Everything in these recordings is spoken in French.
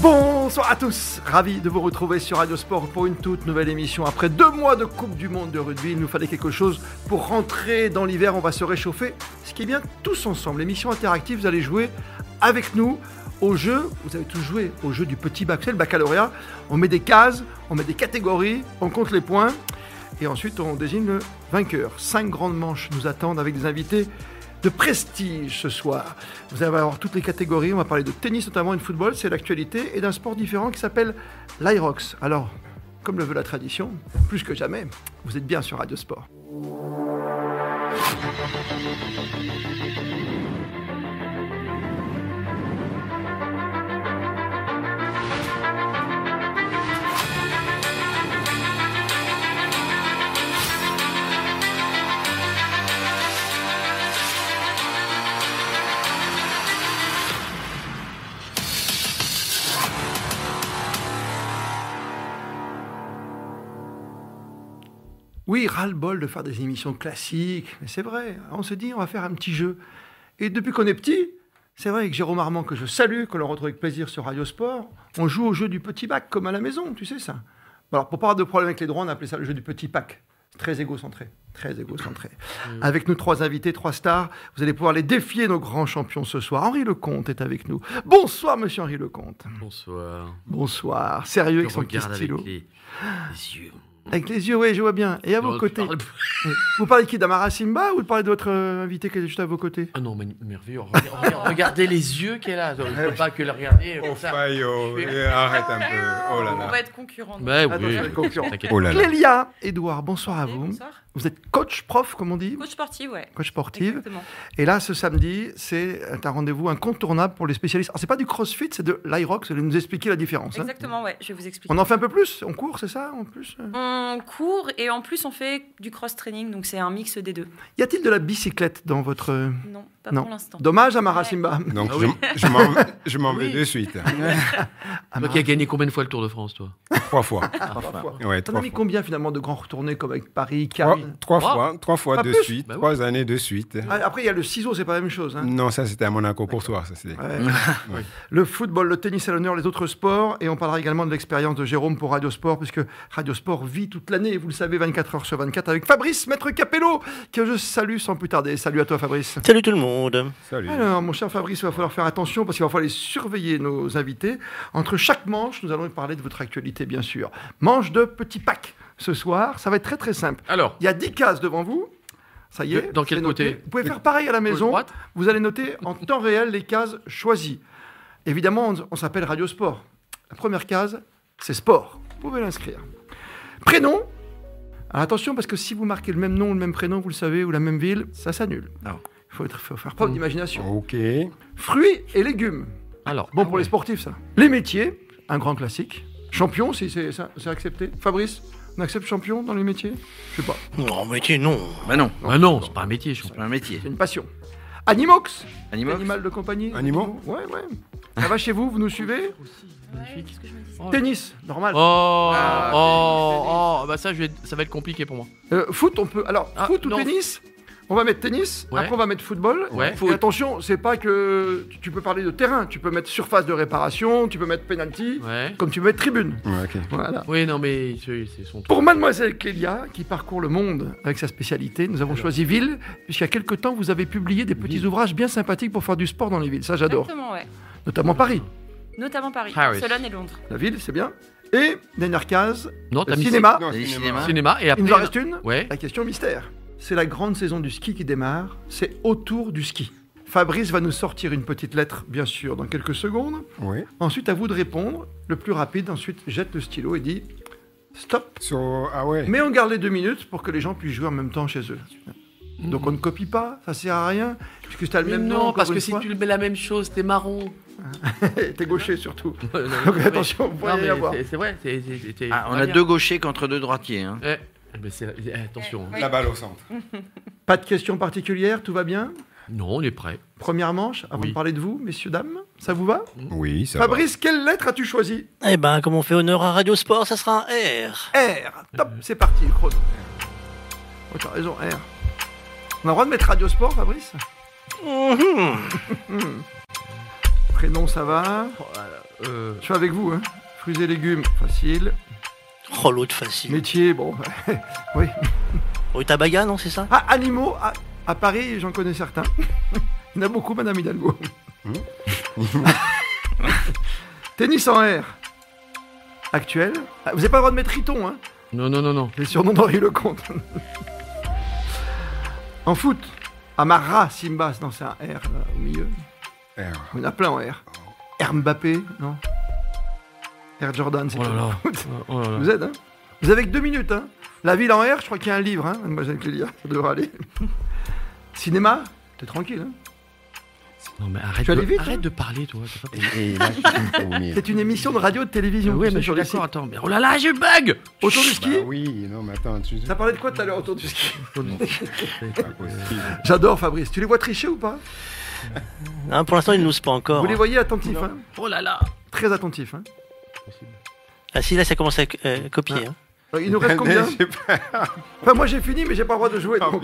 Bonsoir à tous, ravi de vous retrouver sur Radio Sport pour une toute nouvelle émission. Après deux mois de Coupe du Monde de rugby, il nous fallait quelque chose pour rentrer dans l'hiver, on va se réchauffer. Ce qui est bien, tous ensemble, l'émission interactive, vous allez jouer avec nous au jeu, vous avez tous joué au jeu du petit bac, c'est le baccalauréat. On met des cases, on met des catégories, on compte les points et ensuite on désigne le vainqueur. Cinq grandes manches nous attendent avec des invités de prestige ce soir. Vous allez avoir toutes les catégories. On va parler de tennis notamment et de football, c'est l'actualité, et d'un sport différent qui s'appelle l'Irox. Alors, comme le veut la tradition, plus que jamais, vous êtes bien sur Radio Sport. Oui, ras-le-bol de faire des émissions classiques, mais c'est vrai, hein, on se dit on va faire un petit jeu. Et depuis qu'on est petit, c'est vrai que Jérôme Armand, que je salue, que l'on retrouve avec plaisir sur Radio Sport, on joue au jeu du petit bac comme à la maison, tu sais ça. Alors pour pas avoir de problème avec les droits, on appelait ça le jeu du petit pack. C'est Très égocentré, très égocentré. Avec nous trois invités, trois stars, vous allez pouvoir les défier nos grands champions ce soir. Henri Lecomte est avec nous. Bonsoir monsieur Henri Lecomte. Bonsoir. Bonsoir, sérieux avec son petit regarde stylo. avec les, les yeux. Avec les yeux, oui, je vois bien. Et à Non, vos tu côtés. parles pas. Vous parlez de qui D'Amara Simba ou vous parlez de votre euh, invité qui est juste à vos côtés Ah non, mais merveilleux. Regardez, regardez- regardez les yeux qu'elle a. On ne peut pas que le regarder comme Oh, ça. Fayot, eh, arrête un peu. Oh là On là. va être Ah, concurrents. Bah oui. Attention, les concurrents. T'inquiète. Oh là là. Clélia, Edouard, bonsoir à Oui, vous. bonsoir. Vous êtes coach, prof, comme on dit Coach sportif, ouais. Coach sportive. Exactement. Et là, ce samedi, c'est un rendez-vous incontournable pour les spécialistes. Alors, c'est pas du crossfit, c'est de l'iRox. Vous allez nous expliquer la différence. hein. Exactement, ouais. Je vais vous expliquer. On en fait un peu plus On court, c'est ça En plus euh On court et en plus on fait du cross-training, donc c'est un mix des deux. Y a-t-il de la bicyclette dans votre. euh, Non, pas Non. pour l'instant. Dommage, Amara Ouais. Simba. Donc Ah oui. je, je m'en, je m'en vais Oui. de suite. Toi Amara, qui as gagné combien de fois le Tour de France, toi Trois fois. trois fois. Ouais, T'en as trois mis fois. combien finalement de grands retournés comme avec Paris, Trois, Cannes trois Trois. fois, trois fois Pas de plus. suite, Bah oui. trois années de suite. Ah, Après, il y a le ciseau, c'est pas la même chose. hein. Non, ça c'était à Monaco pour toi. Ça, c'était. Ouais. Oui. Le football, le tennis à l'honneur, les autres sports. Et on parlera également de l'expérience de Jérôme pour Radio Sport, puisque Radio Sport vit toute l'année, vous le savez, 24 heures sur 24, avec Fabrice Maître Capello, que je salue sans plus tarder. Salut à toi, Fabrice. Salut tout le monde. Salut. Alors, mon cher Fabrice, il va falloir faire attention parce qu'il va falloir les surveiller, nos invités. Entre chaque manche, nous allons parler de votre actualité, bien sûr. Manche de petit pack ce soir. Ça va être très, très simple. Alors, Il y a 10 cases devant vous. Ça y est. Dans quel c'est noté. côté Vous pouvez faire pareil à la maison. droite Vous allez noter en temps réel les cases choisies. Évidemment, on, on s'appelle Radio Sport. La première case, c'est sport. Vous pouvez l'inscrire. Prénom. Alors attention, parce que si vous marquez le même nom, le même prénom, vous le savez, ou la même ville, ça s'annule. Ah. Il faut, être- faut faire preuve d'imagination. Ah Ok. Fruits et légumes. Alors, Bon pour les sportifs, ça. Les métiers, un grand classique. Champion, si c'est ça- c'est accepté. Fabrice, on accepte champion dans les métiers Je sais pas. Non, métier, non. Bah non, Ah non, c'est pas un métier, je c'est suis pas un métier. C'est une passion. Animox, Animaux animal de compagnie. Animaux Ouais, ouais. Ça va chez vous Vous nous suivez Ouais, qu'est-ce que je me disais Oh, Tennis, normal. Oh, Ah, oh, oh, bah ça, je vais, ça va être compliqué pour moi. Euh, foot, on peut. Alors, Ah, foot ou non. tennis On va mettre tennis, Ouais. après on va mettre football. Ouais. Et Foot. attention, c'est pas que tu- tu peux parler de terrain, tu peux mettre surface de réparation, tu peux mettre penalty, Ouais. comme tu peux mettre tribune. Ouais, ok. Voilà. Oui, non, mais c'est c'est son tour. Pour mademoiselle Clélia, qui parcourt le monde avec sa spécialité, nous avons choisi Ville, puisqu'il y a quelques temps, vous avez publié des petits ouvrages bien sympathiques pour faire du sport dans les villes. Ça, j'adore. Ah Exactement, ouais. Notamment Paris. Notamment Paris, Paris. Barcelone et Londres. La ville, c'est bien. Et, dernière case, Non, t'as le mis cinéma. Non, Les cinéma. cinémas. Cinéma, et Il après. nous en reste une Ouais. La question mystère, c'est la grande saison du ski qui démarre, c'est autour du ski. Fabrice va nous sortir une petite lettre, bien sûr, dans quelques secondes. Ouais. Ensuite, à vous de répondre. Le plus rapide, ensuite, jette le stylo et dit stop. So, ah ouais. Mais on garde les deux minutes pour que les gens puissent jouer en même temps chez eux. Donc on ne copie pas, ça sert à rien, puisque t'as le Mm-hmm. Mais même nom. non, encore parce une que si fois. tu le mets la même chose, t'es marron. T'es gaucher surtout. Non, non, Donc mais- attention, vous Non, pourriez y mais avoir. c'est- C'est vrai, c'est- c'est- c'est- Ah, on pas a bien. deux gauchers contre deux droitiers. Hein. Eh, mais c'est- eh, attention. hein. La balle au centre. Pas de questions particulières, tout va bien Non, on est prêt. Première manche, avant Oui. de parler de vous, messieurs, dames, ça vous va Oui, ça Mm. Fabrice, quelle lettre as-tu choisie Eh ben, comme on fait honneur à Radio Sport, ça sera un R. R. Top, c'est parti, le chrono. Oh, t'as raison, R. On a le droit de mettre Radio Sport, Fabrice Mhm. Prénom, ça va Euh, Je suis avec vous, hein. Fruits et légumes, facile. Oh, l'autre facile. Métier, bon. oui. Oh, Tabaga, non, c'est ça Ah, animaux, à, à Paris, j'en connais certains. Il y en a beaucoup, Madame Hidalgo. Tennis en air. Actuel. Ah, vous n'avez pas le droit de mettre Riton, hein non, non, non, non. Les surnoms d'Henri Lecomte. en foot. Amara, Simbas, non, c'est un R là, au milieu. R. On a plein en R. R Mbappé, non R Jordan, c'est Oh là tout. là. Oh là là. Vous êtes, hein Vous avez que deux minutes, hein La ville en R, je crois qu'il y a un livre, hein Mademoiselle Clélia, ça devrait aller. Cinéma T'es tranquille, hein Non, mais arrête, Tu allais de... vite, arrête hein de parler, toi. t'as pas- Ah Et, et là, je suis paumé. C'est une émission de radio de télévision. Oui, tu mais sais, je suis le site. d'accord, attends. Mais oh là là, j'ai bug Oh, Autour du Bah ski oui, non, mais attends, tu. Ça parlait de quoi tout à l'heure autour du ski c'est pas possible. J'adore Fabrice. Tu les vois tricher ou pas Hein, Pour l'instant, il n'ose pas encore. Vous les hein. voyez attentifs, hein Oh là là Très attentifs, hein Ah si, là, ça commence à euh, copier. hein. Alors, Il nous reste combien Je sais pas. Enfin, moi j'ai fini, mais j'ai pas le droit de jouer. Donc.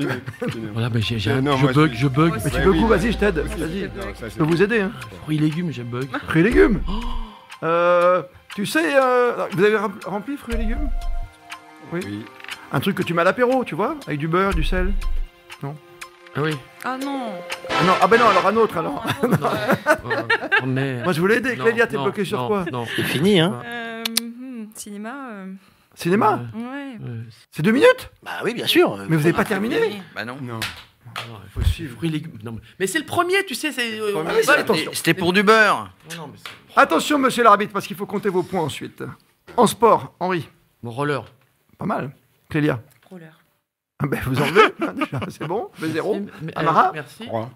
Oh là, mais j'ai, j'ai- Euh, non, je moi, bug, je- je bug. Mais tu Ouais, peux oui, coup, bah. vas-y, je t'aide. Ben Vas-y. Je peux vous aider, hein Fruits et légumes, je bug. Oh, Fruits et légumes Euh, Tu sais, euh, vous avez rem- rempli fruits et légumes Oui. Un truc que tu mets à l'apéro, tu vois Avec du beurre, du sel Ah oui. Ah non Ah non, ah ben non, alors un autre alors. Oh, mais... Moi je voulais aider, Non, Clélia, t'es non, bloqué sur non, quoi Non. C'est fini, hein Euh, hmm, Cinéma euh, Cinéma Ouais. Euh, euh, C'est deux minutes Bah oui, bien sûr. Mais vous n'avez pas terminé Bah non. Non. non, Faut suivre. fruits et légumes. Non, mais- mais c'est le premier, tu sais, c'est. euh, Premier, on c'est bug. la Attention. C'était- C'était pour du beurre. Non, mais c'est- Attention monsieur l'arbitre, parce qu'il faut compter vos points ensuite. En sport, Henri, Mon roller. pas mal. Clélia, Roller. ah ben vous en veux hein, déjà, c'est bon, fais zéro. Merci, mais- Amara euh, Merci. Trois.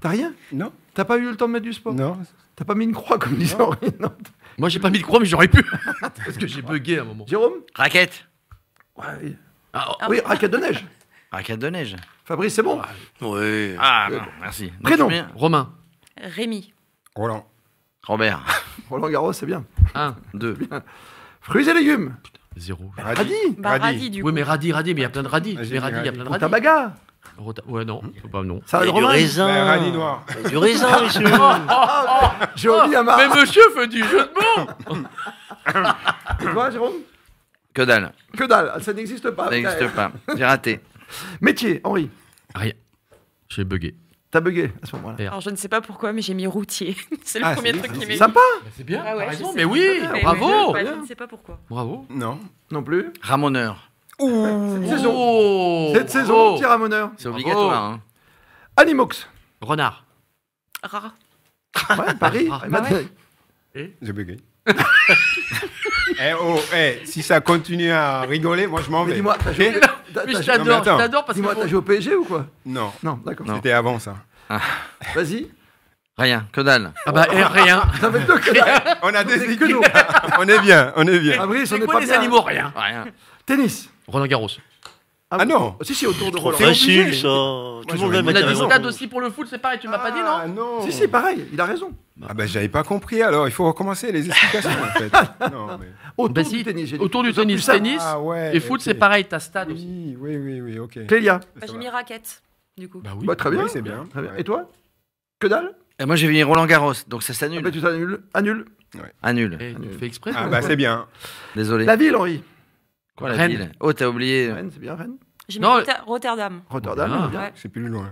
T'as rien Non. T'as pas eu le temps de mettre du sport Non. T'as pas mis une croix comme disait Non. Henri non. Moi, j'ai pas mis de croix, mais j'aurais pu. Parce que j'ai bugué à un moment. Jérôme oh. Raquette. ouais. Ah, Oui, raquette de neige. Raquette de neige. Fabrice, c'est bon Oui. Ah, non, merci. Donc, Prénom. je mets Romain. Rémi. Roland. Robert. Roland Garros, c'est bien. 1, 2, Fruits et légumes 0. Radis Bah, Radis. radis, du coup. Oui, mais radis, radis, mais il y a plein de radis. Ah, j'ai Mais dit radis, il y a radis. plein de radis. Tabaga Rota- Ouais, non, faut pas, non. Salade Et du romaine raisin. Bah, radis noir. Et Du Ah, raisin, monsieur. J'ai oublié à Mais ma... monsieur fait du jeu de mots Tu vois, Jérôme Que dalle. Que dalle, Ah, ça n'existe pas. Eh, Ça n'existe pas. J'ai raté. Métier, Henri. Rien. J'ai bugué. T'as bugué à ce moment-là. Alors je ne sais pas pourquoi, mais j'ai mis routier. c'est le Ah, premier c'est- truc qui c'est m'est Sympa C'est bien, Ah ouais, t'as je raison, sais mais pas. oui Mais- mais- Bravo mais- Je ne sais pas pourquoi. Bravo Non. Non plus. Ramoneur. Cette saison. Oh, Cette saison, bravo. petit ramoneur. C'est obligatoire. hein. Animox. Renard. Rare. Ouais, Paris. Ah, Matin. J'ai bugué. eh oh, eh, si ça continue à rigoler, moi je m'en Mais vais. dis-moi, t'as Ok joué, t'as- Mais t'as joué- je non, mais t'adore, je attends. t'adore parce dis-moi, t'as que. joué au PSG ou quoi Non, Non, d'accord. Non. c'était avant ça. Vas-y. Rien. Que dalle. Ah bah, eh, rien. Ça fait deux que dalle. On a des C'est équipes. que nous. Ah, on est bien, on est bien. Fabrice, on C'est n'est quoi pas les bien. animaux Rien. Rien. Tennis. Oh, Roland Garros. Ah non. Si, si, autour de Trop Roland. facile, Obligé. ça. Tout le j'aurais monde va On mettre a la des raison. raison. stades aussi pour le foot, c'est pareil, tu m'as pas dit non Ah non. Si, si, pareil, il a raison. Ah ben j'avais pas compris alors, il faut recommencer les explications en fait. Non, mais... Autour Bah si, du tennis, j'ai dit. Autour du Plus simple, tennis, plus simple. tennis. Ah ouais. Et foot, ok. c'est pareil, t'as stade aussi. Oui, oui, oui, oui, ok. Clélia. Bah, j'ai mis raquette, du coup. Bah oui. Bah, très bien. Oui, c'est bien. Très bien. Ouais. Et toi Que dalle Et moi, j'ai vu Roland Garros. Donc, ça Ah s'annule. bah, Tu t'annules. Annule. Annule. Eh, tu le fais exprès Ah toi. bah c'est bien. Désolé. La ville, Henri. Quoi, la Rennes. ville Oh, t'as oublié. Rennes, c'est bien, Rennes. J'ai mis Non, Rotter- Rotterdam. Rotterdam, Ah. c'est bien. Ouais. C'est plus loin.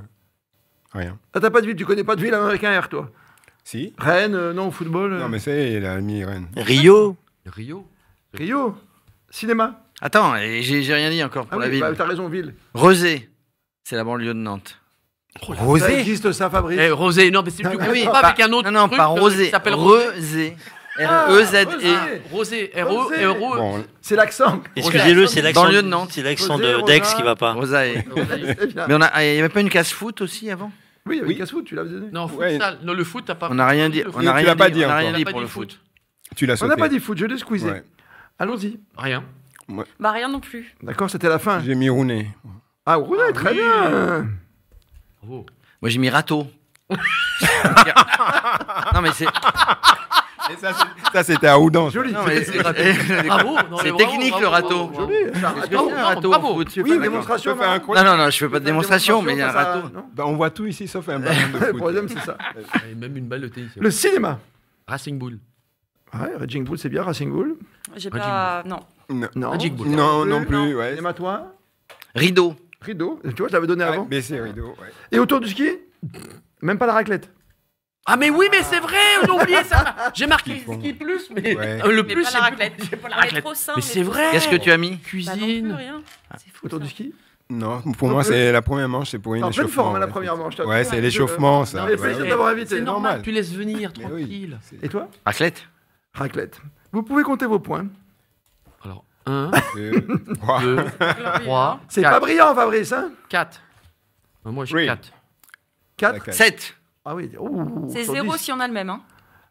Rien. Ah, t'as pas de ville, tu connais pas de ville avec un R, toi Si Rennes, euh, non, football. euh, Non mais c'est la mi-reine. Rio. Rio. Rio, cinéma. Attends, et j'ai j'ai rien dit encore Ah pour la oui, ville. bah, t'as raison, ville. Rosé. C'est la banlieue de Nantes. Ça existe ça, Fabrice. Eh, Rosé, non, mais c'est tu Ah, confonds oui, pas pas- avec un autre. Non, non, truc pas euh, Rosé. Qui s'appelle Rosé. Rosé. E Ah, R-E-Z-E. Rosé. Ah, Rosé, E, R-O, Rosé. R-O. Bon, C'est l'accent. Excusez-le, c'est l'accent. Banlieue de Nantes. C'est l'accent Posez, de- Rosa. d'Aix qui va Ah, pas. Rosaé. C'est Eh bien. Mais on a, il n'y avait pas une casse-foot aussi avant Oui, avec Oui. Casse-Foot, tu l'avais donné. Non, foot, Ouais. ça, non, le foot, t'as pas. On n'a rien dit. Le On foot, n'a Tu rien l'as pas dit, dit on n'a encore. rien t'as dit pas pour dit le foot. tu l'as On sauté. n'a pas dit foot, je l'ai squeezé. Ouais. Allons-y. Rien. Bah rien non plus. D'accord, c'était la fin. J'ai mis Rounet. Ah, ouais, très oui. bien. Bravo. Moi j'ai mis râteau. non mais c'est. Et ça, c'est- ça, c'était à Oudan. Joli. Non, mais c'est Bravo. non, C'est mais bravo, technique, bravo, bravo, le râteau. bravo. Est-ce que Bravo, c'est un bravo, râteau Ah, bravo. au foot Oui, D'accord. démonstration, Je peux faire non un quiz Non, non, non, je fais pas de démonstration, mais il y a un face à- râteau. non Ben, on voit tout ici sauf un ballon de foot. Le problème, c'est ça. Et même une balle de tennis. Le cinéma. Racing Bull. Ouais, Raging Bull, c'est bien, Racing Bull. J'ai Raging pas. Non. Non. Non. Magic Bull. Non, non plus, ouais. Cinéma, toi Rideau. Rideau. Tu vois, je l'avais donné Ah, avant. baisser rideau. ouais. Et autour du ski Même pas la raclette. Ah mais oui, mais c'est vrai, on a oublié ça. J'ai marqué ski plus, mais Ouais. Euh, le Mais plus pas c'est la raclette. plus- c'est pas la On est raclette. Ah, trop sains. Mais c'est vrai. Qu'est-ce que tu as mis Bah non plus, Cuisine. rien. C'est fou. Autour ça. du ski Non, pour moi, c'est la première manche, c'est pour une T'es en pleine échauffement, forme, hein, la ouais. première manche. t'as- Ouais, Euh, c'est l'échauffement, Non, ça. mais ouais, plaisir ouais. d'avoir invité. C'est normal. normal, tu laisses venir Mais oui. tranquille. Et toi Raclette Raclette. Vous pouvez compter vos points. Alors 1 Euh, ouah. 2 3 C'est pas brillant, Fabrice, hein 4. Bah, Moi j'ai Oui. 4. 4 D'accord. 7. Ah oui, ouh, C'est sur zéro dix. si on a le même. hein.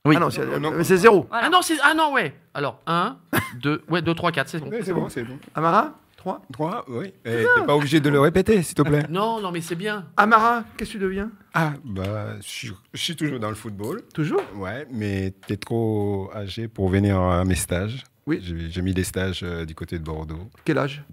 Ah non, c'est Non, non. mais c'est zéro. Voilà. Ah non, c'est ah non, ouais. Alors 1 2 ouais 2 3 4, c'est bon. Ouais, C'est bon, c'est bon. Amara 3 Trois, oui. Eh, T'es pas obligé de le répéter, s'il te plaît. Non, non mais c'est bien. Amara, qu'est-ce que tu deviens Ah, bah, je suis- je suis toujours dans le football. Toujours Ouais, mais t'es trop âgé pour venir à mes stages. Oui. J'ai j'ai mis des stages euh, du côté de Bordeaux. Quel âge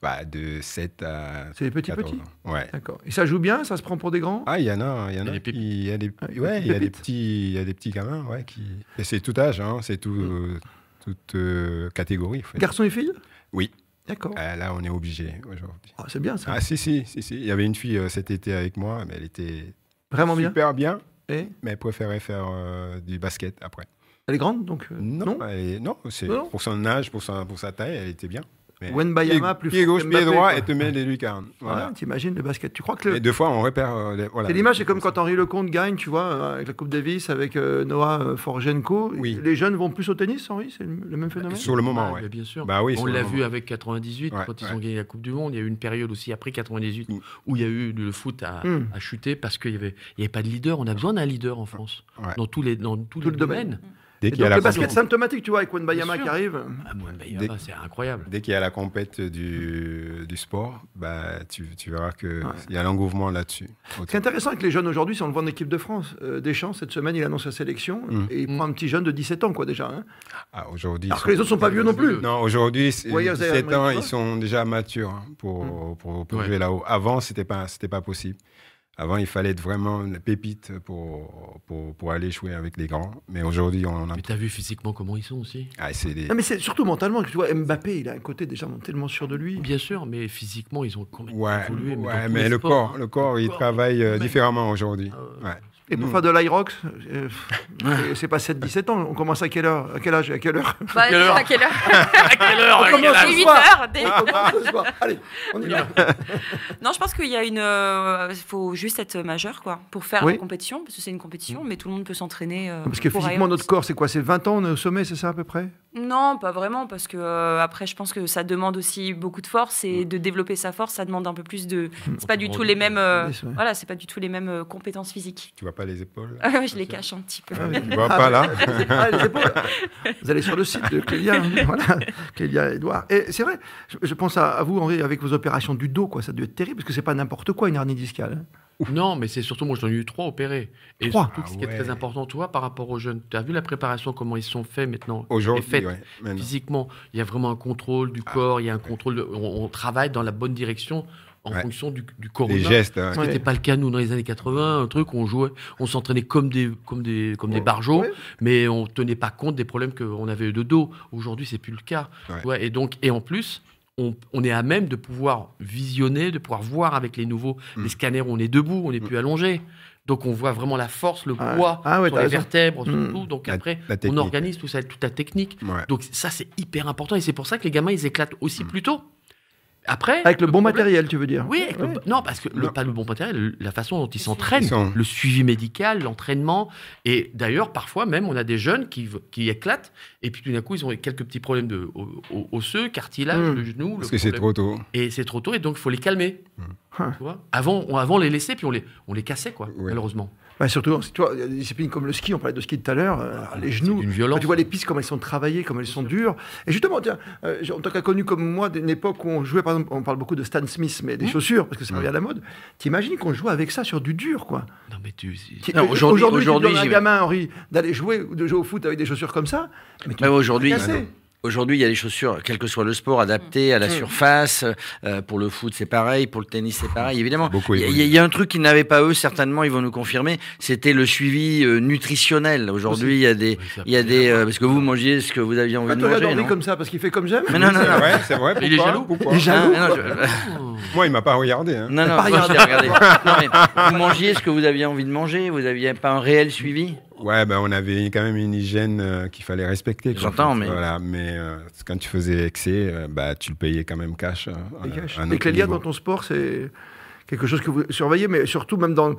Bah, de 7 à C'est les petits 14 petits. ans. Ouais. D'accord. Et ça joue bien Ça se prend pour des grands Ah, il y en a, il Il y a y en a. des qui- pépites. Il y a des, Ah, il y a ouais, des il y a des pépites. petits, il y a des petits gamins, ouais, qui. Et c'est tout âge, hein, c'est tout, euh, toute euh, catégorie. en fait. Mm. Garçon et fille Oui. D'accord. Ah, là, on est obligé aujourd'hui. Ah, c'est bien ça. Ah, si, si, si, si. Il y avait une fille euh, cet été avec moi, mais elle était Vraiment bien. super bien, Et mais elle préférait faire euh, du basket après. elle est grande donc euh, Non, elle est- non, c'est Non, non. pour son âge, pour sa, pour sa taille, elle était bien. Mais- Wembayama, pied, plus pied fort gauche, que pied Mbappé, droit, quoi. elle te met les lucarnes. Voilà. Ah, T'imagines le basket Tu crois que Et le... deux fois, on repère. euh, les- voilà. C'est l'image, c'est comme quand Henri Lecomte gagne, tu vois, euh, avec la Coupe Davis, avec euh, Noah euh, Forgenko. Oui. Bah, Les jeunes vont plus au tennis, Henri C'est le le même phénomène Sur le moment, Ah, ouais. mais Bien sûr. Bah oui, On sur le l'a moment. hein. vu avec 98 Ouais, quand ils ouais. ont gagné la Coupe du Monde. Il y a eu une période aussi après 98 Mm. où il y a eu le foot à, Mm. à chuter parce qu'il n'y avait, il y avait pas de leader. On a besoin d'un leader en France Ouais. dans tous les, dans tous Tout les le domaine. domaines. Dès Et qu'il y donc, a la le basket compétition- symptomatique, tu vois, avec Wembayama qui Bien sûr. arrive. Ah, bon, bah, Dès- c'est incroyable. Dès qu'il y a la compète du, du sport, bah, tu, tu verras qu'il Ouais. y a l'engouement là-dessus. Ce qui est intéressant avec les jeunes aujourd'hui, c'est on le voit en équipe de France. Euh, Deschamps, cette semaine, il annonce sa sélection Mm. et il Mm. prend un petit jeune de 17 ans, quoi, déjà. hein. Ah, aujourd'hui, Alors ils que les autres sont pas vieux non plus. Non, aujourd'hui, c'est- Ouais, hier, 17 c'est- ans, ils sont déjà matures hein, pour, Hum. pour, pour Ouais. jouer là-haut. Avant, c'était pas c'était pas possible. Avant, il fallait être vraiment une pépite pour, pour, pour aller jouer avec les grands. Mais aujourd'hui, on a. Mais t'as vu physiquement comment ils sont aussi. Ah, c'est des- Non, mais c'est surtout mentalement. Tu vois, Mbappé, il a un côté déjà tellement sûr de lui. Bien sûr, mais physiquement ils ont quand même Ouais, évolué. ouais, dans tous mais les le sports. corps, le corps, il corps, travaille euh, même. différemment aujourd'hui. Euh, Ouais. Et pour Mm. faire de l'Irox, euh, c'est- c'est pas 7-17 ans. On commence à quelle heure À quel âge À quelle heure Bah, Quelle heure à quelle heure À quelle heure, Ah. à Comment quelle ça heure se Dès 8 voit heures. dès- On commence ce soir. Allez, on y va. Non, je pense qu'il y a une. euh, faut juste être majeur, quoi, pour faire Oui. la compétition, parce que c'est une Mm. compétition, mais tout le monde peut s'entraîner. euh, Parce que pour physiquement, ailleurs. notre corps, c'est quoi C'est 20 ans, on est au sommet, c'est ça à peu près Non, pas vraiment, parce que euh, après, je pense que ça demande aussi beaucoup de force et Mm. de développer sa force, ça demande un peu plus de. C'est pas du tout les mêmes. euh, Oui, c'est vrai. voilà, c'est pas du tout les mêmes euh, compétences physiques. Tu vois pas les épaules Ah ouais, je les cache un petit peu. Ah oui. Tu vois pas là Ah, les épaules. Vous allez sur le site de Clélia, hein, voilà, Clélia Edouard. Et c'est vrai, je, je pense à, à vous, Henri, avec vos opérations du dos, quoi, ça doit être terrible, parce que c'est pas n'importe quoi une hernie discale. hein. Non, mais c'est surtout moi, j'en ai eu trois opérés. Et Trois surtout, Ah ce qui est ouais. très important, tu vois, par rapport aux jeunes, tu as vu la préparation, comment ils se sont faits maintenant Et Aujourd'hui, faites. ouais. maintenant. Physiquement, il y a vraiment un contrôle Ah. du corps, il y a un contrôle. de- on, on travaille dans la bonne direction en Ouais. fonction du, du corps Les humain. gestes. hein. Ouais. C'était pas le cas nous dans les années 80, un truc où on jouait, on s'entraînait comme des comme des comme des barjots, Ouais. mais on tenait pas compte des problèmes qu'on avait de dos. Aujourd'hui, c'est plus le cas. Ouais. Ouais, et donc et en plus, on, on est à même de pouvoir visionner, de pouvoir voir avec les nouveaux Mm. les scanners, on est debout, on n'est plus allongé. Donc on voit vraiment la force, le Ah Mm. ouais. poids Ah ouais, sur t'as les raison. vertèbres, sur Mm. tout. Donc La- après, la on technique. organise tout ça, toute la technique. Ouais. Donc ça, c'est hyper important et c'est pour ça que les gamins, ils éclatent aussi Mm. plus tôt. Après, Avec le, bon problème- matériel, tu veux dire oui, avec le- Ouais. non, parce que le, Non. pas le bon matériel, le- la façon dont ils s'entraînent, Ils sont- le suivi médical, l'entraînement. Et d'ailleurs, parfois même, on a des jeunes qui, v- qui éclatent, et puis tout d'un coup, ils ont quelques petts problèmes de, o- o- osseux, cartilage, Mm. le genou. Parce le que c'est problème- trop tôt. Et c'est trop tôt, et donc il faut les calmer. Hein. Tu vois avant, on, avant, on les laissait, puis on les, on les cassait, quoi, Ouais. malheureusement. Bah, surtout, tu vois, il y a des disciplines comme le ski, on parlait de ski tout à l'heure, euh, alors, les C'est genoux. d'une Quand violence. tu vois les pistes, comme elles sont travaillées, comme elles sont dures. Et justement, tiens, euh, j'ai- en tant qu'inconnu comme moi, d'une époque où on jouait par exemple maintenant, on parle beaucoup de Stan Smith, mais des Mmh. chaussures, parce que ça revient à la mode. T'imagines qu'on joue avec ça sur du dur, quoi. Non, mais tu. c'est- Qui- Non, euh, aujourd'hui- aujourd'hui, tu aujourd'hui, demandes à un j'y vais. gamin, Henri, d'aller jouer ou de jouer au foot avec des chaussures comme ça. Mais tu Ouais, aujourd'hui, cassé. non. Aujourd'hui, il y a les chaussures, quel que soit le sport, adaptées Mm. à la surface. Euh, pour le foot, c'est pareil. Pour le tennis, c'est pareil. Évidemment, Mm. Beaucoup il y, a- évolué. il y a un truc qu'ils n'avaient pas eux. Certainement, ils vont nous confirmer. C'était le suivi euh, nutritionnel. Aujourd'hui, il y a des, Oui, ça il y a peut des, être. euh, parce que vous mangez ce que vous aviez envie Pourquoi de tu regardes manger, Henri non comme ça parce qu'il fait comme j'aime Mais non, non, C'est non. vrai, c'est vrai. Ah Il est pourquoi jaloux. Pourquoi Il est jaloux, Ah, non, quoi. je- Moi, il m'a pas regardé. hein. Non, non, pas moi, je regardé. l'ai regardé. Non, mais vous mangiez ce que vous aviez envie de manger, vous n'aviez pas un réel suivi. Ouais, ben on avait quand même une hygiène euh, qu'il fallait respecter. quoi. J'entends, mais- Voilà, mais euh, quand tu faisais excès, euh, bah, tu le payais quand même cash. hein, Les à- caches. à un Et autre Clélia, niveau. dans ton sport, c'est quelque chose que vous surveillez, mais surtout même dans,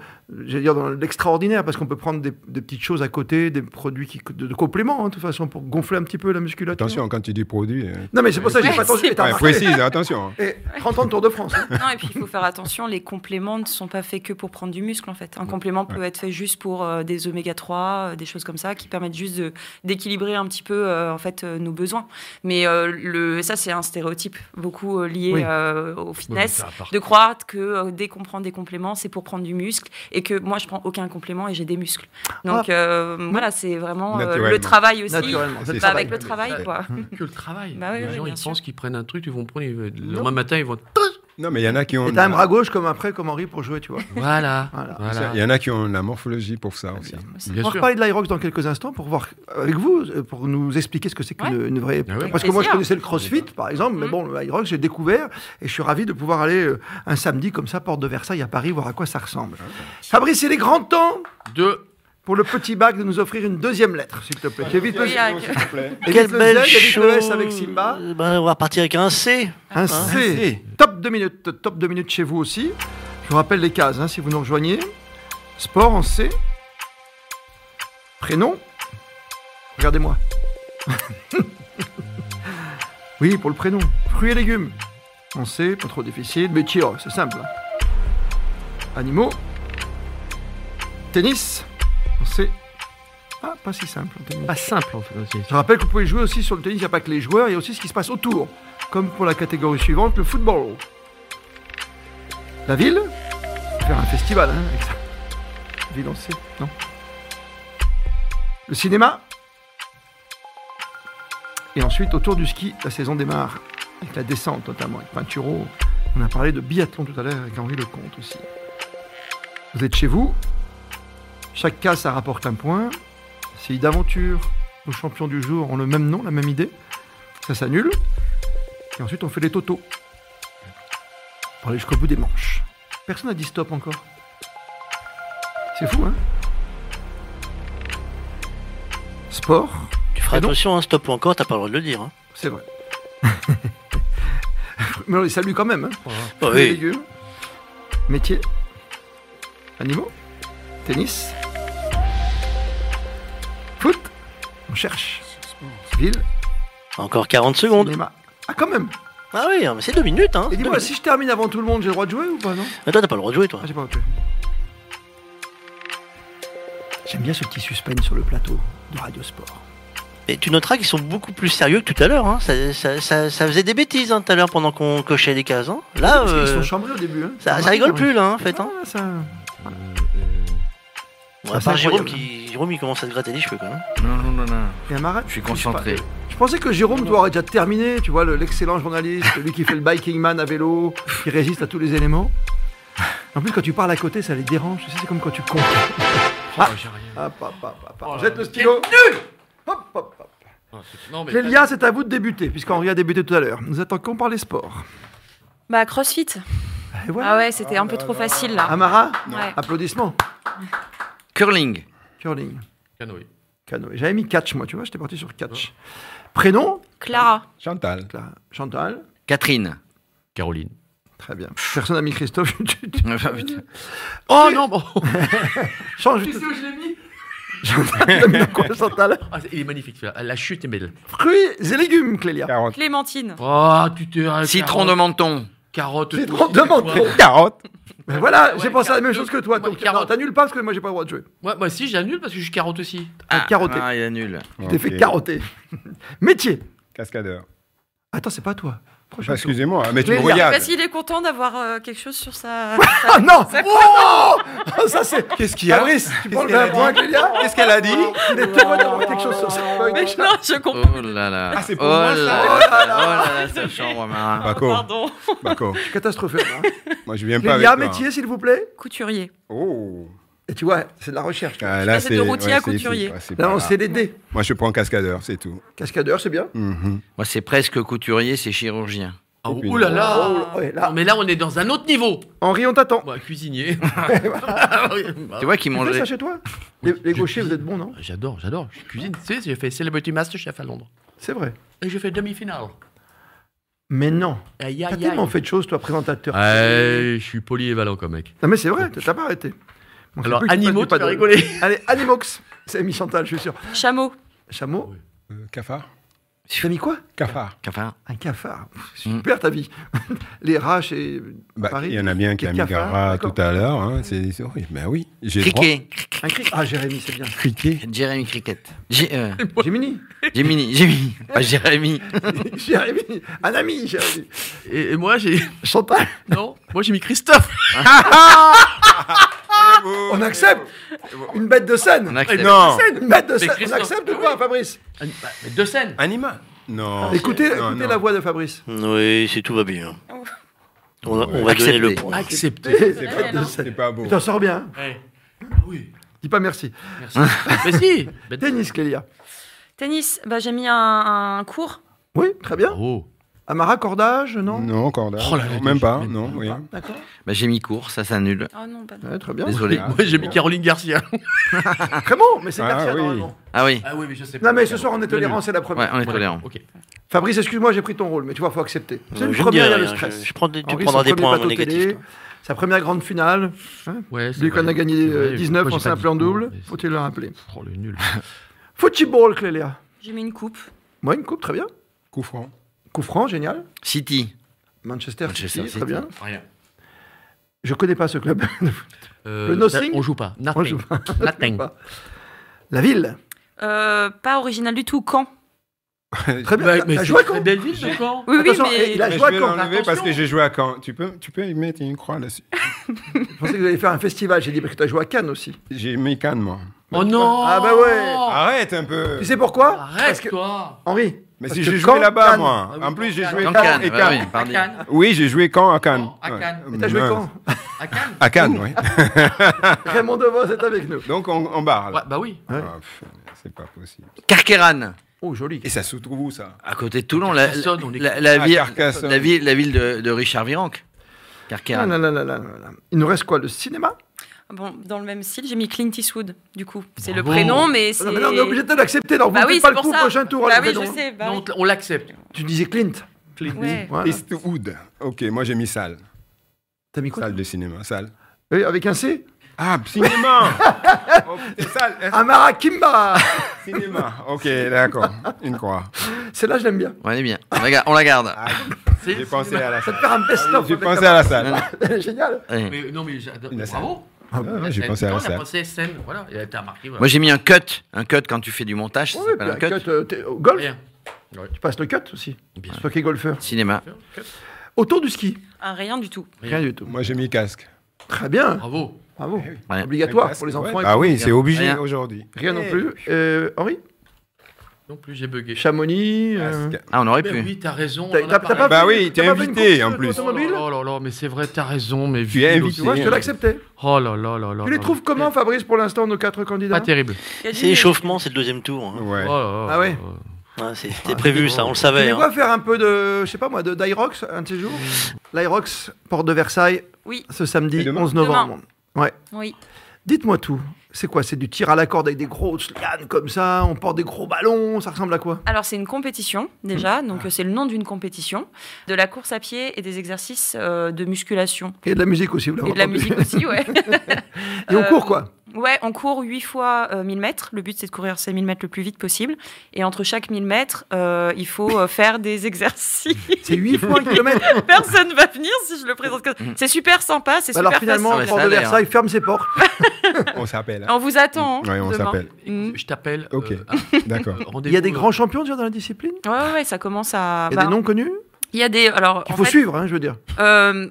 j'allais dire, dans l'extraordinaire, parce qu'on peut prendre des, des petites choses à côté, des produits qui, de, de compléments, hein, de toute façon, pour gonfler un petit peu la musculature. Attention, quand tu dis produit, euh, Non, mais c'est pour ça que j'ai Ouais, pas attendu. c'est t'as ouais, remarqué. précise, attention. hein. Et 30 ans de Tour de France. hein. Non, et puis il faut faire attention, les compléments ne sont pas faits que pour prendre du muscle en fait. Un complément peut être fait juste pour euh, des oméga 3, euh, des choses comme ça, qui permettent juste de- d'équilibrer un petit peu euh, en fait euh, nos besoins. Mais euh, le, ça c'est un stéréotype beaucoup euh, lié Oui. euh, au fitness. Ouais, mais ça, à part- de croire que euh, dès qu'on prend des compléments, c'est pour prendre du muscle et que moi je prends aucun complément et j'ai des muscles. Donc euh, voilà, c'est vraiment euh, le Naturellement. travail aussi. Naturellement. c'est Bah, ça. avec le travail, Ouais. quoi. que le travail. Bah ouais, les ouais, gens, bien ils sûr. pensent qu'ils prennent un truc, ils vont prendre. ils- Le Non. lendemain matin, ils vont. Non, mais il y en a qui ont. Et t'as un bras gauche comme après, comme Henri pour jouer, tu vois. Voilà. Voilà. voilà. Il y en a qui ont la morphologie pour ça aussi. hein. Bien on va sûr. reparler de l'Irox dans quelques instants pour voir avec vous, euh, pour nous expliquer ce que c'est qu'une Ouais. une vraie. Ah ouais. Parce que moi, je Plaisir. connaissais le CrossFit, par exemple, mais Mm. bon, le l'Irox, j'ai découvert et je suis ravi de pouvoir aller euh, un samedi comme ça, porte de Versailles à Paris, voir à quoi ça ressemble. Ah, Fabrice, il est grand temps Deux. pour le petit bac de nous offrir une deuxième lettre, s'il te plaît. Évite le, Ah, Oui, avec- S'il te plaît. évite Quelle le belle Z, évite le S chose avec Simba. Ben, On va partir avec un C. Ah. Un C. Top 2 minutes. Top 2 minutes chez vous aussi. Je vous rappelle les cases hein, si vous nous rejoignez. Sport en C. Prénom. Regardez-moi. oui, pour le prénom. Fruits et légumes. En C, pas trop difficile. Métier, oh, c'est simple. hein. Animaux. Tennis. En C. Ah, pas si simple. le tennis. Pas simple, en fait. Je rappelle que vous pouvez jouer aussi sur le tennis, il n'y a pas que les joueurs, il y a aussi ce qui se passe autour. Comme pour la catégorie suivante, le football. La ville Faire un festival, hein, avec ça. Ville on sait, non Le cinéma Et ensuite, autour du ski, la saison démarre. Avec la descente, notamment, avec Pinturo. On a parlé de biathlon tout à l'heure avec Henri Lecomte aussi. Vous êtes chez vous. Chaque cas, ça rapporte un point. C'est d'aventure. Nos champions du jour ont le même nom, la même idée. Ça s'annule. Et ensuite, on fait les totos. Pour aller jusqu'au bout des manches. Personne n'a dit stop encore. C'est fou, hein Sport, Tu feras Et donc- attention, hein, stop ou encore, t'as pas le droit de le dire. hein. c'est vrai. Mais on les salue quand même. Hein. Bah Fruits et oui. légumes, métier, animaux, tennis, foot, on cherche, ville, Encore 40 secondes. cinéma. Ah, quand même Ah oui, hein, mais c'est deux minutes. Hein. Et Deux dis-moi, minutes. si je termine avant tout le monde, j'ai le droit de jouer ou pas, non Ah, toi, t'as pas le droit de jouer, toi. Ah, j'ai pas ok. J'aime bien ce petit suspense sur le plateau de Radio Sport. Ah, Et tu noteras qu'ils sont beaucoup plus sérieux que tout à l'heure. hein. Ça, ça- ça- ça faisait des bêtises hein, tout à l'heure pendant qu'on cochait les cases. hein. Là, Parce qu'ils euh, sont chambrés au début. Hein. ça, ça rigole plus, là, en fait. Hein. Ah, ça... Bon, ça, à part c'est Jérôme, incroyable, qui, Jérôme, il commence à se gratter les cheveux, quand même. Non, non, non, non. Il y a un marat. Je suis concentré. Je pensais que Jérôme, toi, aurait déjà terminé, tu vois, le- l'excellent journaliste, celui qui fait le biking man à vélo, qui résiste à tous les éléments. En plus, quand tu parles à côté, ça les dérange. Tu sais, c'est comme quand tu comptes. Oh, Ah. Hop, hop, hop, hop, hop. Jette le stylo. Hop, hop, hop. Oh, Non, mais. Clélia, c'est à vous de débuter, puisqu'Henri a débuté tout à l'heure. Nous attaquons par les sports. Bah, CrossFit. Et voilà. Ah ouais, c'était un peu trop facile là. Amara, Ouais. applaudissements. Curling. Curling, Canoë. canoë. J'avais mis catch, moi, tu vois, j'étais parti sur catch. Prénom Clara. Chantal. Cla- Chantal. Catherine. Caroline. Très bien. Personne n'a mis Christophe. tu- tu- Ah, putain. Oh non, bon. Change. Tu sais où je l'ai mis Chantal, t'as mis dans quoi, Chantal Ah, c'est- Il est magnifique, celui-là. La chute est belle. Fruits et légumes, Clélia. Carotte. Clémentine. Oh, tu te. Citron de menton. Carotte. Citron tout, de c'est toi. menton. Carotte. Mais voilà, Ouais, j'ai pensé à la carotte. même chose que toi. Moi, Donc, carotte. non, t'annules pas parce que moi, j'ai pas le droit de jouer. Moi, moi, si, j'annule parce que je suis carotte aussi. Ah, carotté. Ah, il est nul. Tu t'es fait carotter. Métier. Cascadeur. Attends, c'est pas toi. Prochain tour. Excusez-moi, hein, mais tu me Lélia. regardes. Parce qu'il est content d'avoir euh, quelque chose sur sa. Ah non Oh Ah, Ça c'est. Qu'est-ce qu'il y a Fabrice, tu prends le qu'elle a même point dit que Lélia Qu'est-ce qu'elle a dit Il est témoin d'avoir quelque chose sur cette feuille. Mais déjà. non, je comprends. Oh là là. Ah, c'est pour oh moi, ça. là là. Oh là là, ça chambre, Marin. Baco, Pardon. Baco, Catastrophique. Hein. moi je viens pas avec Lélia, toi. hein. métier s'il vous plaît. Couturier. Oh Et tu vois, c'est de la recherche. Ah, Là, passée de routier à c'est ici, couturier. ouais, c'est pas Là, on là. sait l'aider. Moi je prends cascadeur, c'est tout. Cascadeur, c'est bien. Mhm. Moi, c'est presque couturier, c'est chirurgien. Oh, ouh là là. Oh, ouais, là. Non, mais là, on est dans un autre niveau. Henri, on t'attend. Bah, cuisinier. Ah bah. Tu vois qu'il Tu fais mangeait. ça chez toi les, les je gauchers, vous cuisine. êtes bons, non J'adore, j'adore. Je cuisine. Tu sais, j'ai fait Celebrity Masterchef à Londres. C'est vrai. Et j'ai fait demi-finale. Mais non. Aïe, T'as aïe, tellement aïe. fait de choses, toi, présentateur. Ouais, je suis polyvalent comme mec. Non, mais c'est vrai, t'as pas arrêté. Bon, c'est Alors, plus que tu animaux, tu fasses vas du paddle. rigoler. Allez, Animox. C'est Amy Chantal, je suis sûr. Chameau. Chameau. Euh, cafard Tu as mis quoi Cafard. Cafard. Un cafard. Pff, Mm. Super ta vie. Les rats chez Bah, Paris. il y en a bien qui a mis Cafard, Gara d'accord. tout à l'heure. Hein. C'est c'est horrible. Ben oui, j'ai droit. Criquet. Un cri. Ah, Jérémy, c'est bien. Criquet. Jérémy Cricket. J- euh, Jiminy. Jiminy. Jiminy. Pas Jérémy. Jérémy. Un ami, Jérémy. Et, et moi, j'ai. Chantal. Non, moi, j'ai mis Christophe. On accepte Une bête de On scène. accepte. Non Une bête de scène. On Christophe- accepte ou quoi, Fabrice Ah, bah, mais Deux scènes. Anima Non. Ah, Écoutez, Non, écoutez non. la voix de Fabrice. Oui, si tout va bien. On, on va donner Accepté. le Ah, Ah, point. Accepté. C'est C'est une pas, bête de c'est scène. pas beau. Tu t'en sors bien. hein. Oui. Dis pas merci. Merci. Ah, mais si. Mais- Tennis, Clélia. Tennis. Bah, j'ai mis un, un cours. Oui, très bien. Oh. Amara, cordage, non Non, encore là. Oh là là, Non, même pas. même Non, pas. rien. D'accord. Bah, j'ai mis court, ça s'annule. Oh non, pas Ouais, très bien. Désolé. Ah, Moi, j'ai mis Caroline Garcia. Très bon, mais c'est Ah, Garcia oui. normalement. Ah oui. Ah oui, mais je sais Non, mais ce soir, on est tolérant, c'est la Ouais, première. on est tolérant. Ok. Fabrice, excuse-moi, j'ai pris ton rôle, mais tu vois, faut accepter. C'est Euh, une je ne première, il y a dirai le rien, stress. je- je prends des- tu Henri, prendras son des premier points à mon plateau négatif. télé, toi. Sa première grande finale. Ouais, c'est Lui vrai. qu'on a gagné C'est vrai, euh, 19 pourquoi en j'ai pas simple dit et en double. non, mais- Faut-il le rappeler Oh, le nul. Football, Clélia. J'ai mis une coupe. Moi, une coupe, très bien. Coup franc. Coup franc, génial. City. Manchester, Manchester City, City. très bien. Rien. Je connais pas ce club. Euh, Le nothing On joue pas. Nothing. On joue Nothing. pas. La ville. Euh, pas original du tout. Caen. Très bien. Ouais, T'as- mais t'as c'est joué une quand très belle ville, de Caen. Oui, oui, Attention, mais. il a Mais joué Bah, je à vais Caen. l'enlever parce Attention. que j'ai joué à Caen. Tu peux, tu peux y mettre une croix là-dessus. Je pensais que vous alliez faire un festival. J'ai dit, parce que t'as joué à Cannes aussi. J'ai mis Cannes, moi. Oh non Ah bah ouais. Oh. Arrête un peu. Tu sais pourquoi Parce Bah, Arrête, que- toi Henri. Mais parce si que j'ai Caen, joué là-bas, Cannes- moi. Ah oui, En plus, j'ai Caen, joué Caen, Cannes et Cannes, bah oui. Cannes. À Pardon. Cannes. Oui, j'ai joué Caen à Cannes. À Cannes. Ouais. Mais T'as joué Mince. quand À Cannes. À Cannes, oui. Raymond Devos est avec nous. Donc on, on barre. Ouais, là. bah oui. Ah, pff, c'est pas possible. Carqueran. Oh, joli. Et ça se trouve où ça À côté de Toulon, la, Carcassonne, on est- la, la Ah, ville, Carcassonne. la, ville, la ville de, de Richard Virenque. Ah, Carqueran. là, là, là, là, là, là. Il nous reste quoi Le cinéma Bon, dans le même style, j'ai mis Clint Eastwood. Du coup, c'est le Bravo. prénom, mais c'est. Ah Non, mais là, on est obligé de l'accepter. Alors, vous Bah ne oui, faites pas le c'est pour coup au ça. prochain tour. Bah alors, oui, fais je donc. sais. bah Non, on oui. te- on l'accepte. Tu disais Clint. Ouais. Voilà. Eastwood. Ok, moi j'ai mis salle. T'as mis quoi Salle de cinéma, salle. Oui, Avec un C Ah, cinéma oh, putain, Salle, eh, Amara Kimba cinéma. Ok, d'accord. Une croix. Celle-là, je l'aime bien. On est bien. On la, ga- on la garde. Ah, C'est- j'ai pensé à la Ça te salle. faire un best-of. Ah J'ai avec pensé à la salle. Ouais. Amara. Génial. Ouais. Mais non, mais j'adore. Il a ça. Bravo. Ah, ouais, J'ai Eh, pensé putain, à la On a salle. pensé à scène. Voilà. Et t'as remarqué. Voilà. Moi, j'ai mis un cut. Un cut quand tu fais du montage, ça Oui, s'appelle puis un un cut. cut, euh, t'es- au golf. Rien. Tu passes le cut aussi. Bien Toi qui es golfeur. Cinéma. Autour du ski. Un Ah, rien du tout. Rien du tout. Moi j'ai mis casque. Très bien. Bravo. Eh Bravo. Ouais. Obligatoire Casque, pour les ouais. enfants. et Ah tout. oui, c'est obligé Rien. aujourd'hui. Rien non Eh, plus. Euh, Henri Non plus, j'ai bugué. Chamonix euh, casque. Ah, on aurait Mais pu. oui, t'as raison. T'as- on en a t'as- t'as parlé. Bah fait- oui, t'as t'es pas fait une invité, course en plus. Oh là automobile là là là, mais c'est vrai, t'as raison. Mais Tu es vide invité. Tu vois, je te l'acceptais. Oh là là là là. Tu les là. trouves comment, Fabrice, pour l'instant, nos quatre Pas candidats terrible. Il y a du- C'est échauffement, c'est le deuxième tour. hein. Ouais. Oh là là Ah ouais. Ah, là là. Ouais, c'est- C'était prévu, ça, on le Tu savait. les hein. vois faire un peu de, je sais pas moi, de d'Irox un de ces jours Hmm. L'Irox, porte de Versailles, Oui, ce Et samedi demain 11 novembre. oui. Dites-moi tout. C'est quoi C'est du tir à la corde avec des grosses lianes comme ça On porte des gros ballons Ça ressemble à quoi Alors c'est une compétition Ah. déjà, donc euh, c'est le nom d'une compétition, de la course à pied et des exercices euh, de musculation Et de la musique aussi, vous l'avez et de la entendu. musique aussi, ouais. Et on Euh, court quoi Ouais, on court 8 fois euh, 1000 mètres. Le but, c'est de courir ces 1000 mètres le plus vite possible. Et entre chaque 1000 mètres, euh, il faut euh, faire des exercices. C'est 8 fois un kilomètre. Bah Personne va venir si je le présente. comme ça. C'est super sympa, c'est Alors super finalement, facile. porte Ça de a l'air. hein. Versailles ferme ses portes. On s'appelle. facile. On vous attend. hein, Oui, on demain. s'appelle. Mm. Je t'appelle. Ok. euh, à- D'accord. euh, Il y a des rendez-vous, grands champions déjà dans la discipline Ouais, ouais, ouais, ça commence à. Il y a bah, des noms connus Il y a des. Alors, Qu'il en faut fait, suivre, hein, je veux dire. euh,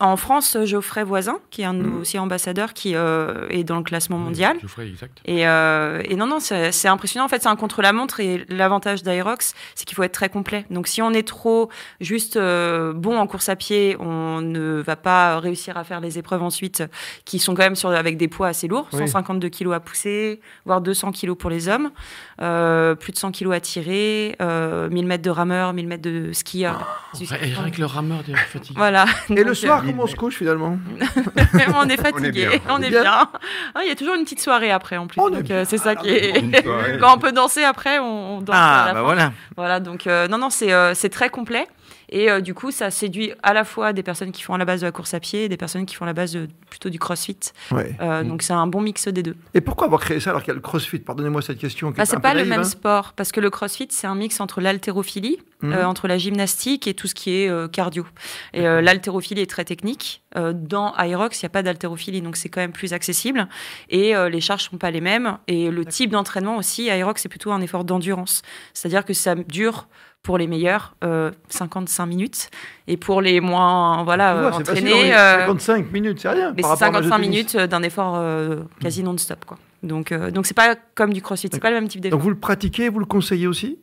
en France, Geoffrey Voisin, qui est un de Mhm. nos aussi ambassadeurs, qui euh, est dans le classement Mm. mondial. Je ferai exact. Et, euh, et non, non, c'est c'est impressionnant. En fait, c'est un contre-la-montre. Et l'avantage d'Aerox, c'est qu'il faut être très complet. Donc, si on est trop juste euh, bon en course à pied, on ne va pas réussir à faire les épreuves ensuite, qui sont quand même sur, avec des poids assez lourds. Oui. 152 kilos à pousser, voire 200 kilos pour les hommes. Euh, plus de 100 kilos à tirer, euh, 1000 mètres de rameur, 1000 mètres de skieur. Oh, Jusqu'à- Et rien que le rameur, d'ailleurs, fatigué. Voilà. Et le Donc, euh, soir, euh, comment on se couche finalement on est fatigué, bien. on est Bien. bien. Ah, Il y a toujours une petite soirée après en plus. On est Donc, bien. euh, c'est ça qui est. Une soirée. Quand on peut danser après, on, on danse. à Ah, la bah fin. voilà. Voilà, donc euh, non, non, c'est euh, c'est très complet. Et euh, du coup, ça séduit à la fois des personnes qui font à la base de la course à pied et des personnes qui font à la base de- plutôt du crossfit. Ouais. Euh, Donc, c'est un bon mix des deux. Et pourquoi avoir créé ça alors qu'il y a le crossfit Pardonnez-moi cette question. qui Bah, est un c'est peu pas le naïve, même hein. sport, parce que le crossfit, c'est un mix entre l'haltérophilie, Mhm. euh, entre la gymnastique et tout ce qui est euh, cardio. Et euh, l'haltérophilie est très technique. Euh, dans Aerox, il n'y a pas d'haltérophilie, donc c'est quand même plus accessible. Et euh, les charges sont pas les mêmes. Et le type d'entraînement aussi, Aerox, c'est plutôt un effort d'endurance. C'est-à-dire que ça dure pour les meilleurs euh, 55 minutes et pour les moins voilà, Tu euh, vois, c'est facile, entraînés. on est- euh, 55 minutes, c'est rien. mais par c'est rapport à Mhm. un jeu de 55 tennis. minutes euh, d'un effort euh, quasi non-stop. quoi. Donc, euh, donc c'est pas comme du crossfit, c'est pas le même type d'effort. Donc vous le pratiquez, vous le conseillez aussi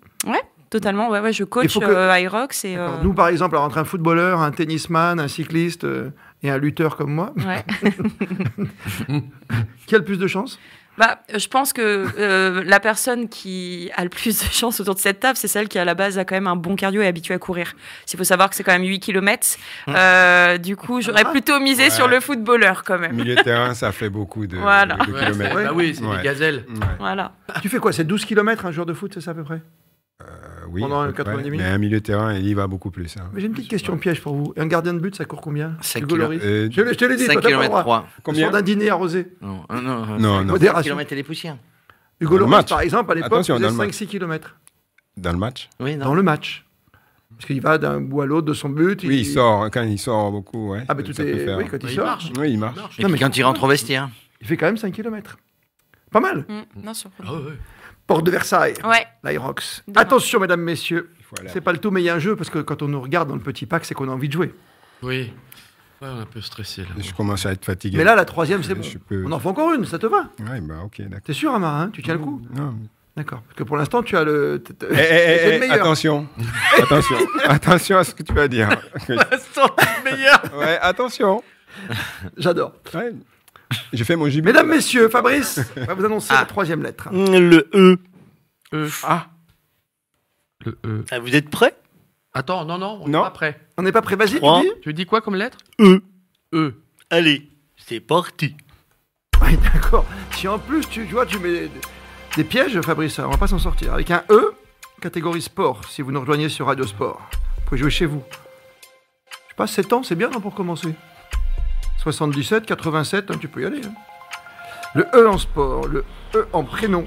Totalement, ouais, ouais, je Il coach faut que- euh, Irox et. D'accord. euh, Nous, par exemple, alors, entre un footballeur, un tennisman, un cycliste euh, et un lutteur comme moi, ouais. qui a le plus de chance bah, je pense que euh, la personne qui a le plus de chance autour de cette table, c'est celle qui, à la base, a quand même un bon cardio et est habituée à courir. Il faut savoir que c'est quand même 8 km. du coup, j'aurais plutôt misé Ouais. sur le footballeur quand même. Milieu de terrain, ça fait beaucoup de, Voilà. de Ouais, c'est- kilomètres. bah oui, c'est Ouais. des gazelles. Ouais. Voilà. Tu fais quoi C'est 12 km un joueur de foot, c'est ça à peu près Euh, oui, Pendant à peu près. 90 minutes. Mais un milieu de terrain, il y va beaucoup plus. hein. Mais j'ai une petite question piège pour vous. Un gardien de but, ça court combien Cinq Hugo kilo- Lloris Euh, je, l'ai- je te l'ai dit, 5 toi, t'as pas le km droit. 3. Combien d'un dîner arrosé. Non, euh, non, Non, non. Modération. kilomètres et les poussières. Hugo Dans le Lloris, match. par exemple, à l'époque, Attention, faisait dans le match. 5-6 km Dans le match Oui, non. dans le match. Parce qu'il va d'un bout à l'autre de son but. Oui, il sort. hein, Quand il sort beaucoup, ouais, Ah, ben, tout ça peut est. faire. Oui, quand il Il sort, marche. Oui, il marche. Et Non, puis mais- quand il rentre au vestiaire. il fait quand même 5 km. Pas mal. non, sur... Ah ouais, ouais. Porte de Versailles, Ouais, l'Irox. Demain. Attention, mesdames, messieurs. Il faut aller à- C'est pas le tout, mais il y a un jeu, parce que quand on nous regarde dans le petit pack, c'est qu'on a envie de jouer. Oui. Ouais, on est un peu stressé là. Je commence à être fatigué. Mais là, la troisième, c'est bon. Je peux- On en fait encore une, ça te va Ouais, bah, ok, d'accord. T'es sûr, Amara hein Tu tiens le coup Non. D'accord. Parce que pour l'instant, tu as le. t'es- Eh, eh, eh, t'es le eh, meilleur. attention. attention. Attention à ce que tu vas dire. Ouais, attention. J'adore. Ouais. J'ai fait mon gibier. Mesdames, messieurs, Fabrice va vous annoncer Ah. la troisième lettre. Le E. Euh, Ah, le E. Ah, vous êtes prêts Attends, non, non, on Non. est pas prêt. On n'est pas prêt, vas-y, tu Trois. dis Tu dis quoi comme lettre E. E. Allez, c'est parti. Oui, d'accord. Si en plus, tu, tu vois, tu mets des, des pièges, Fabrice, on va pas s'en sortir. Avec un E, catégorie sport, si vous nous rejoignez sur Radio Sport. Vous pouvez jouer chez vous. Je sais pas, 7 ans, c'est bien non, pour commencer. 77, 87, hein, tu peux y aller. hein. Le E en sport, le E en prénom.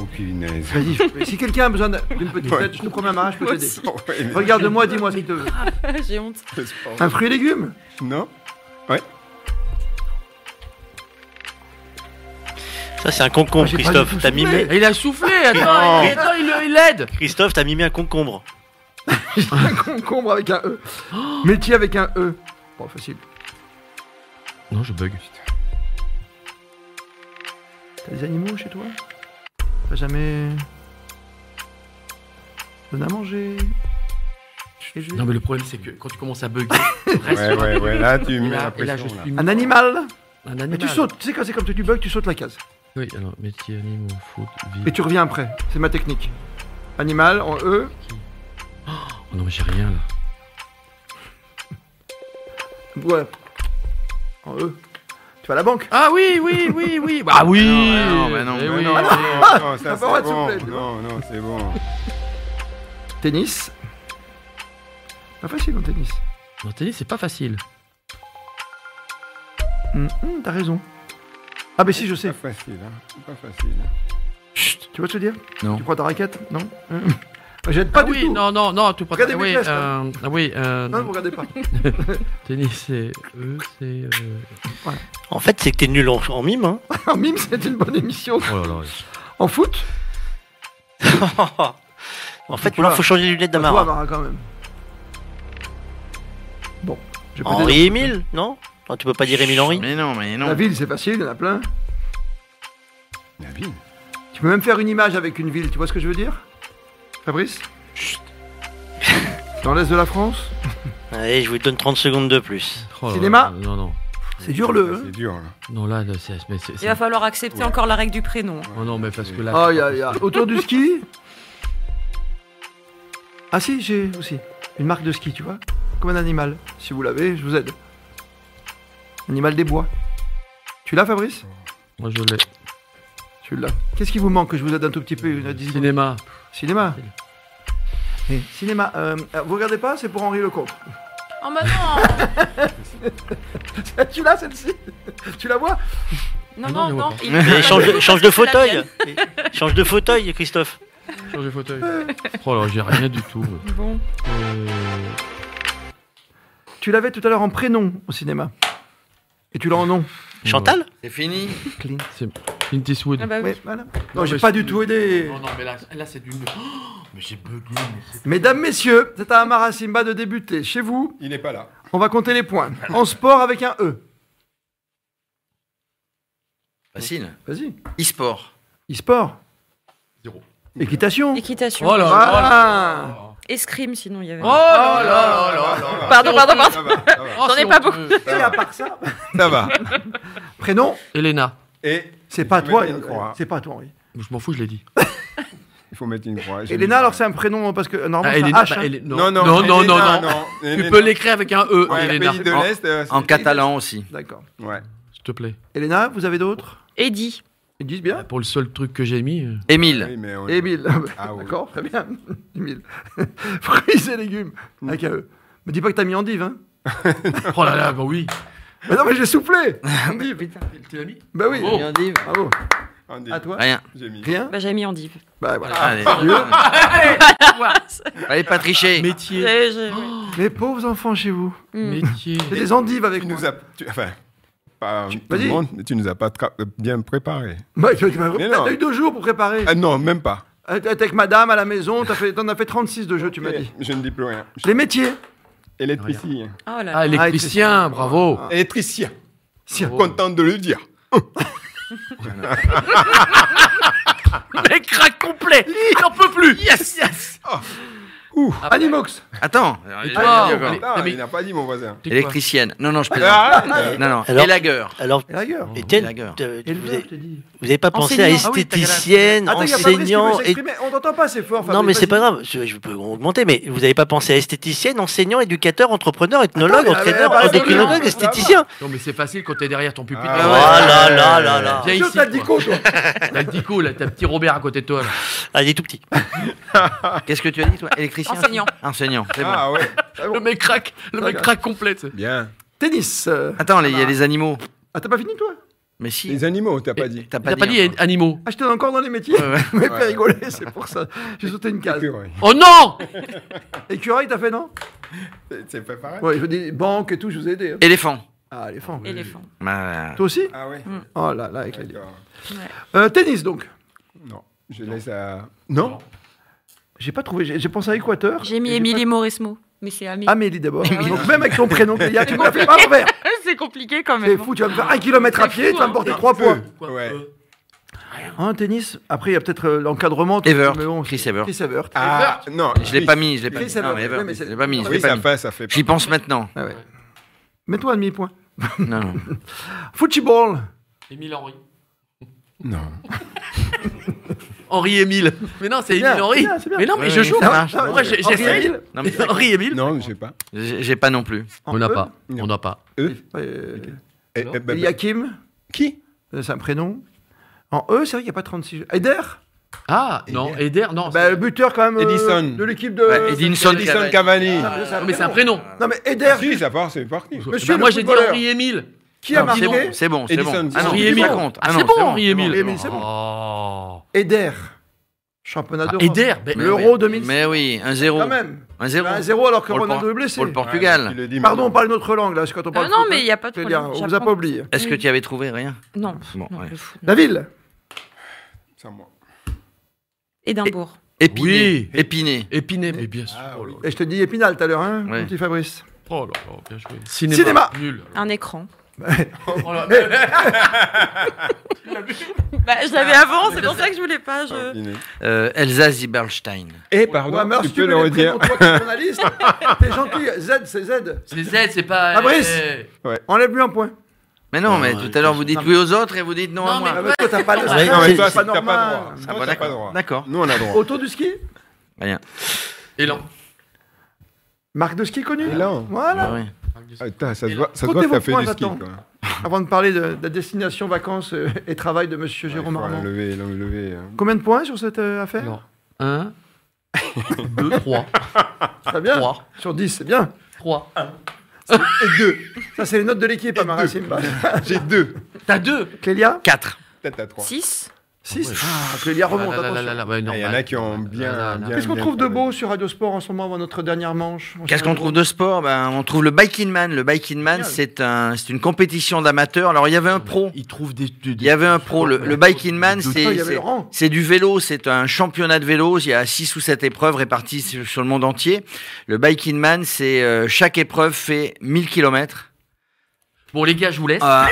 Oh, punaise. Vas-y, je- si quelqu'un a besoin d'une petite Ouais. aide, je te promets, Mara, je peux Moi t'aider. aussi. Oh, Ouais, mais Regarde-moi, dis-moi ce qu'il te veut. j'ai honte. le sport. Un fruit et légumes Non Ça, c'est un concombre, Ah, j'ai pas du Christophe. tout T'as mimé... Et Eh, il a soufflé, attends, il, attends, il, il aide. Christophe, t'as mimé un concombre. Un concombre avec un E. Métier avec un E. Bon, facile. Non, je bug. T'as des animaux chez toi T'as jamais. Donne à manger Et je- Non, mais le problème, c'est que quand tu commences à bugger, reste Ouais, sur un ouais, truc. ouais. Là, tu Et mets la là, et là, je pression. là. suis Un animal Un animal. Mais tu sautes, tu sais quand c'est comme ça, tu bugs, tu sautes la case. Oui, alors métier, animaux, faute, vie. Et tu reviens après, c'est ma technique. Animal en E, Oh non, mais j'ai rien là. ouais. En E. Tu vas à la banque Ah oui, oui, oui, oui. Bah, ah oui. Non, mais non, mais non, Eh mais oui. Non, non, non, ça, Ah, bah, c'est s'il bon. vous plaît. Non, non, c'est bon. Tennis. Pas facile en tennis. Dans le tennis, c'est pas facile. Hum, hum, T'as raison. Ah, mais si, je C'est sais. pas facile, hein. C'est Pas facile. Tu vois ce que je veux dire Non. Tu prends ta raquette Non Hum. J'aide pas ah du oui, tout. non, non, non, tu prends. Regardez ah mes oui, gestes, euh, ah oui, euh, Non, vous regardez pas. tennis, c'est eux, c'est. euh, En fait, c'est que t'es nul en, en mime. Hein. En mime, c'est une bonne émission. Oh là là. En foot en fait, il faut changer les lunettes Bah, toi, d'Amara. Amara, quand même. Bon, je vais peut-être- Henri Émile, non Non, Tu peux pas dire Émile Henri Mais non, mais non. La ville, c'est facile, il y en a plein. La ville. Tu peux même faire une image avec une ville, tu vois ce que je veux dire Fabrice Dans l'est de la France Allez, je vous donne 30 secondes de plus. Oh là là, Cinéma Non, non. C'est dur le. C'est dur. hein. Non, là, là, c'est. mais c'est- Il c'est- va falloir accepter encore la règle du prénom. Non, non, mais parce que là. Oh, y a, y a- Autour du ski Ah si, j'ai aussi. Une marque de ski, tu vois Comme un animal. Si vous l'avez, je vous aide. Animal des bois. Tu l'as, Fabrice Moi, je l'ai. Tu l'as. Qu'est-ce qui vous manque que je vous aide un tout petit peu une dix secondes Cinéma. Cinéma. Eh, Cinéma. euh, euh, vous regardez pas C'est pour Henri Lecomte. Oh bah non tu l'as, celle-ci Tu la vois Ah Non, non, non, mais non. bon. il- Mais change, de- change de C'est la fauteuil Change de fauteuil, Christophe Changer de fauteuil. Oh là, j'ai rien du tout. mienne. Bon. Euh, Tu l'avais tout à l'heure en prénom au cinéma. Et tu l'as en nom. Chantal C'est fini. Clint. C'est Clint Eastwood. Ah bah oui. Oui, voilà. Non, Non, j'ai mais pas c'est- du tout aidé. Non, non, mais là, là c'est du. Oh, mais j'ai bugué. mais c'est- Mesdames, messieurs, c'est à Amara Simba de débuter. Chez vous, Il n'est pas là. on va compter les points. En sport avec un E. Facile. Vas-y. E-sport. E-sport. Zéro. Équitation. Équitation. Oh là là. Voilà. Escrime, sinon, il y avait. Oh là là là là. Pardon, pardon, pardon. Ça va, ça va. Oh, J'en ai si pas on peut. Et à part ça, Ça va. prénom, Elena. Et c'est pas à il faut toi. mettre une croix. C'est pas à toi, Henri. Je m'en fous, je l'ai dit. Il faut mettre une croix. J'ai Elena, mis- alors c'est un prénom parce que euh, normalement c'est un H. hein. bah, Ele- Non, non, non, non, Elena, non, non. Tu peux l'écrire avec un E, Ouais, Elena. pays de Oh, l'Est. euh, En c'est- catalan aussi. D'accord. Ouais. S'il te plaît. Elena, vous avez d'autres Eddie. Ils disent bien. Pour le seul truc que j'ai mis. euh, Émile. Oui, mais on- Émile. Ah oui. D'accord, très bien. Émile. Fruits et légumes. Mm. Avec un E. Me dis pas que t'as mis endive, hein. Oh là là, bah oui. Mais non, mais j'ai soufflé Tu l'as mis Bah oui. Bravo. Bravo. on dit- À toi Oh. Rien. J'ai mis. Rien Bah, j'avais mis Andive. Bah voilà. Allez. Allez, pas tricher. Métier. J'ai- j'ai- ouais. Les pauvres enfants chez vous. Mm. Métier. J'ai des endives avec Tu moi. nous as. tu- Enfin. Pas tout vas-y. le monde, mais tu nous as pas tra- bien préparé. Bah, tu- tu m'as- Mais non. T'as eu deux jours pour préparer. Ah non, même pas. Euh, T'es avec madame à la maison, t'as fait- t'en as fait 36 de jeux, tu m'as dit. Je ne dis plus rien. Je- Les métiers. Électricien. Oh là Ah, là. électricien, bravo. Électricien. Si. Bravo. Ah. Content de le dire. Les craques complet J'en peux plus Yes, yes Animox. Attends. Et J'ai toi, dit on- encore. les- Ah, mais- il n'a pas dit mon voisin. T'es quoi Électricienne. Non, non, je plaisante. Ah, ah, Non, non. Alors- Élagueur. Alors, Et ailleurs. Étienne, Lagueur. t'as- Et le vous verre, avez- je t'ai dit. vous avez pas pensé à Enseignant. Ah oui, t'as esthéticienne, Attends, il y a Fabrice qui veut enseignant et s'exprimer. On t'entend pas, c'est fort. Non, Fabrice, mais c'est vas-y. pas grave, je, je peux augmenter, mais vous n'avez pas pensé à esthéticienne, enseignant, éducateur, entrepreneur, ethnologue, Attends, mais- entraîneur, mais- mais- endocrinologue, mais- esthéticien. Non, mais c'est facile quand t'es derrière ton pupitre. Ah, Oh ouais. là là là là. Viens Yo, ici. t'as dit quoi. quoi, toi T'as le dico, là, t'as petit Robert à côté de toi. là. Ah, il est tout petit. Qu'est-ce que tu as dit, toi Électricien. Enseignant. Enseignant. C'est bon. Ah ouais. Le mec craque, le mec craque complet. tu sais. Bien. Tennis. euh, Attends, les- il y a les animaux. Ah, t'as pas fini, toi Mais si. Les animaux, t'as pas dit. T'as T'as pas dit hein. encore. animaux Ah, j'étais encore dans les métiers. Ouais, ouais. Mais fais rigoler, c'est pour ça. J'ai sauté une case. Écureuil. Oh non Écureuil, t'as fait, non C'est- C'est pas pareil. Ouais, je dis banque et tout, je vous ai aidé. hein. Éléphant. Ah, éléphant. Éléphant. Bah, Toi aussi Ah ouais. Oh là là, avec la D'accord. Euh, Tennis, donc. Non, je laisse à. Non J'ai pas trouvé, j'ai j'ai pensé à Équateur. J'ai Ah, mis Émilie Mauresmo. Mais c'est Ami. Amélie d'abord. Donc même avec ton prénom, Clélia, tu me l'as fait pas l'envers. c'est compliqué quand C'est même. fou, tu vas me faire un kilomètre à C'est pied, fou, tu vas me hein. porter trois points. Quoi, Ouais. euh, Un Hein, tennis, après il y a peut-être euh, l'encadrement. tout- Evert, mais bon, Chris c'est- Evert. Chris Evert. Ah non. Je l'ai pas mis, je l'ai pas Chris mis. Evert. Non, mais Evert, Oui, mais je c'est- l'ai pas mis, je Oui, l'ai pas ça mis. fait, ça fait. J'y pense maintenant. Ah ouais. Mets-toi un demi-point. Non, non. Football. Émile Henry. Non. Henri Émile. Mais non, c'est C'est bien, Émile Henri. c'est bien, c'est bien. Mais non, mais Oui, je oui, joue. ça marche. Ah, Moi, j'ai- j'essaye. Henri-Émile. Non, mais- Henri Émile. Non, j'ai pas. J'ai j'ai pas non plus. On n'a En E. pas. On n'a pas. Eux. Euh, Bah, Eh, Non. eh, ben, Il y a Kim, Qui euh, c'est un prénom. En E, c'est vrai qu'il n'y a pas 36. Eder Ah, non, Eder, non. bah, Le buteur quand même euh, Edison. de l'équipe de... Ouais, Edinson Edison Cavani. Cavani. Ah, Non, mais c'est un Ah, prénom. Non mais Eder, Si, ça part, c'est parti. Monsieur Bah, le moi, j'ai dit footballeur. Henri Émile. qui a Non, c'est marqué C'est bon, c'est Edison, bon. Ah non, Henri ça Émile. compte. Ah, non, c'est bon, Henri c'est Émile. Henri Émile, c'est bon. Oh. Eder. Championnat Ah, d'Europe. Eder. ben, Mais L'Euro oui. 2006. Mais oui, un zéro. Quand même. Bah, Un zéro. Un zéro alors que Pour le Ronaldo Por- est blessé. Pour le Portugal. Tu le dis Pardon, on maintenant. parle notre langue là, c'est quand on parle Ah non, foot, mais hein. il n'y a pas de C'est bien, problème. on vous a pas j'apprends. oublié. Est-ce que tu avais trouvé rien Non. Bon, ouais. le foot, non. La ville C'est à moi. Édimbourg. Épiné. Oui. Épiné. Épiné, mais bien sûr. Ah, Oh là oui. là. Ah Et je te dis Épinal tout à l'heure, hein, mon Ouais. petit Fabrice. Oh là là, bien joué. Cinéma. Nul. Un écran. Oh là là. Bah, je l'avais avant, c'est pour ça que je voulais pas. Je... Euh, Elsa Zieberstein. Et pardon, Wammer, tu si peux veux le les redire. prénoms, Toi qui es journaliste, t'es gentil. Z, c'est Z. C'est les Z, c'est pas. Ah, Brice. euh, Enlève-lui un point. Mais non, Ah, mais ouais, tout à l'heure, je- vous dites non, oui aux autres et vous dites non, Non, à mais- moi. Ah, mais toi, t'as pas le Ouais, Non, mais C'est- toi, c'est c'est que t'as pas normal. droit. Ah, Toi, bon, t'as pas droit. D'accord. Nous, on a droit. Autour du ski Rien. Élan. Marque de ski connue Élan. Voilà. Ah oui. Ah, putain, ça se voit, ça se Comptez voit que vos t'as fait points, du ski. j'attends. quoi. Avant de parler de, de la destination vacances euh, et travail de monsieur Il faut Jérôme Armand. lever, lever. hein. Combien de points sur cette euh, affaire Non. 1, 2, 3. Très bien. 3. Sur 10, c'est bien. 3. Et 2. Ça, c'est les notes de l'équipe, à Marassim. J'ai deux. T'as 2. Clélia 4. Peut-être t'as trois. 6 6. Ah, Clélia remonte, attention. Ah, Il y en a qui Ah, ont bien. bien- Qu'est-ce qu'on bien trouve de travaillé. beau sur Radio Sport en ce moment avant notre dernière manche Qu'est-ce qu'on trouve de sport ben, On trouve le Biking Man. Le Biking Man, Génial. c'est un, c'est une compétition d'amateurs. Alors, il y avait un pro. Ils trouvent des. Il y avait un pro. Le, le Biking Man, Ah, Il c'est y avait c'est- Laurent. c'est du vélo. C'est un championnat de vélo. Il y a 6 ou 7 épreuves réparties sur, sur le monde entier. Le Biking Man, c'est euh, chaque épreuve fait Ah, 1000 km. Bon, les gars, je vous laisse. ah.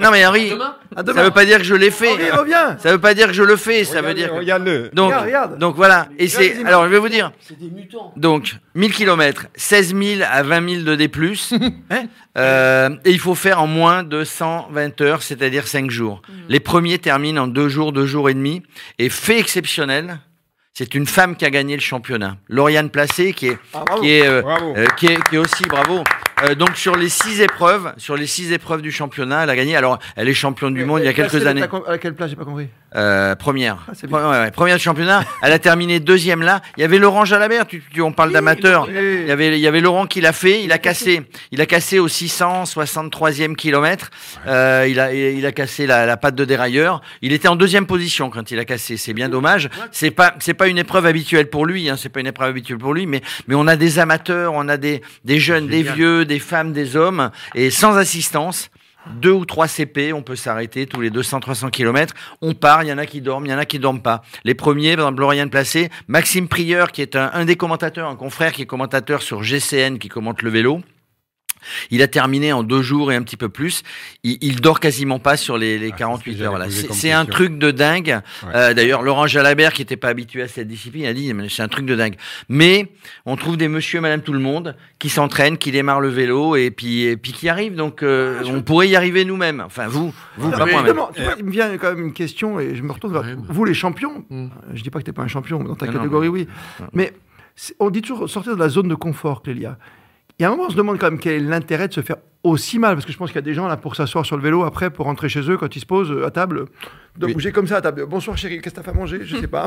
Non, mais Henri, Demain À ça Ah, demain. veut pas dire que je l'ai fait. Henri, reviens. Ça veut pas dire que je le fais. Ça veut Regarde-le, dire. que- Regarde-le. Donc, Regarde, regarde. donc voilà. Regarde Et les c'est. images. Alors, je vais vous dire. C'est des mutants. Donc, 1000 km, 16 000 à 20 000 de D+. Euh, et il faut faire en moins de 120 heures, c'est-à-dire 5 jours. Les premiers terminent en 2 jours, 2 jours et demi. Et fait exceptionnel, c'est une femme qui a gagné le championnat. Lauriane Placé, qui est, Ah, bravo. qui est, euh, Bravo. euh, qui est, qui est aussi, bravo. Euh, donc sur les six épreuves, sur les six épreuves du championnat, elle a gagné. Alors elle est championne du monde il y a Placé, quelques t'as années. com- À quelle place J'ai pas compris. Euh, première. Ah, c'est bien. Pre- ouais, ouais, première du championnat. Elle a terminé deuxième là. Il y avait Laurent Jalabert. Tu, tu- on parle d'amateur. Il y, Et- avait, il y avait Laurent qui l'a fait, il a cassé, il a cassé au 663e kilomètre, Euh, il, a, il a cassé la, la patte de dérailleur. Il était en deuxième position quand il a cassé, c'est bien dommage. C'est pas, c'est pas une épreuve habituelle pour lui, hein, c'est pas une épreuve habituelle pour lui, mais, mais on a des amateurs, on a des, des jeunes, des Génial. vieux, des femmes, des hommes, et sans assistance. Deux ou trois CP, on peut s'arrêter tous les 200-300 kilomètres. On part, il y en a qui dorment, il y en a qui dorment pas. Les premiers, par exemple, Lauriane Placé, Maxime Prieur, qui est un, un des commentateurs, un confrère qui est commentateur sur GCN, qui commente le vélo. Il a terminé en deux jours et un petit peu plus. Il, il dort quasiment pas sur les, les Ah, c'est ce que 48 heures. j'allais là. poser C'est comme c'est un question. truc de dingue. Ouais. Euh, D'ailleurs, Laurent Jalabert, qui n'était pas habitué à cette discipline, a dit mais c'est un truc de dingue. Mais on trouve des monsieur, madame, tout le monde qui s'entraînent, qui démarrent le vélo et puis, et puis qui arrivent. Donc, euh, on pourrait y arriver nous-mêmes. Enfin, vous, vous, Alors, pas moi-même. justement, tu vois, il me vient quand même une question et je me retourne vers Ouais, mais- vous les champions. Mm. Je dis pas que t'es pas un champion, mais dans ta Non, Hmm. non, catégorie oui. non. Mais c'est- on dit toujours sortir de la zone de confort, Clélia. Il y a un moment, on se demande quand même quel est l'intérêt de se faire aussi mal, parce que je pense qu'il y a des gens là pour s'asseoir sur le vélo après, pour rentrer chez eux quand ils se posent euh, à table, de Oui. bouger comme ça à table. Bonsoir chérie, qu'est-ce que t'as fait à manger Je sais pas.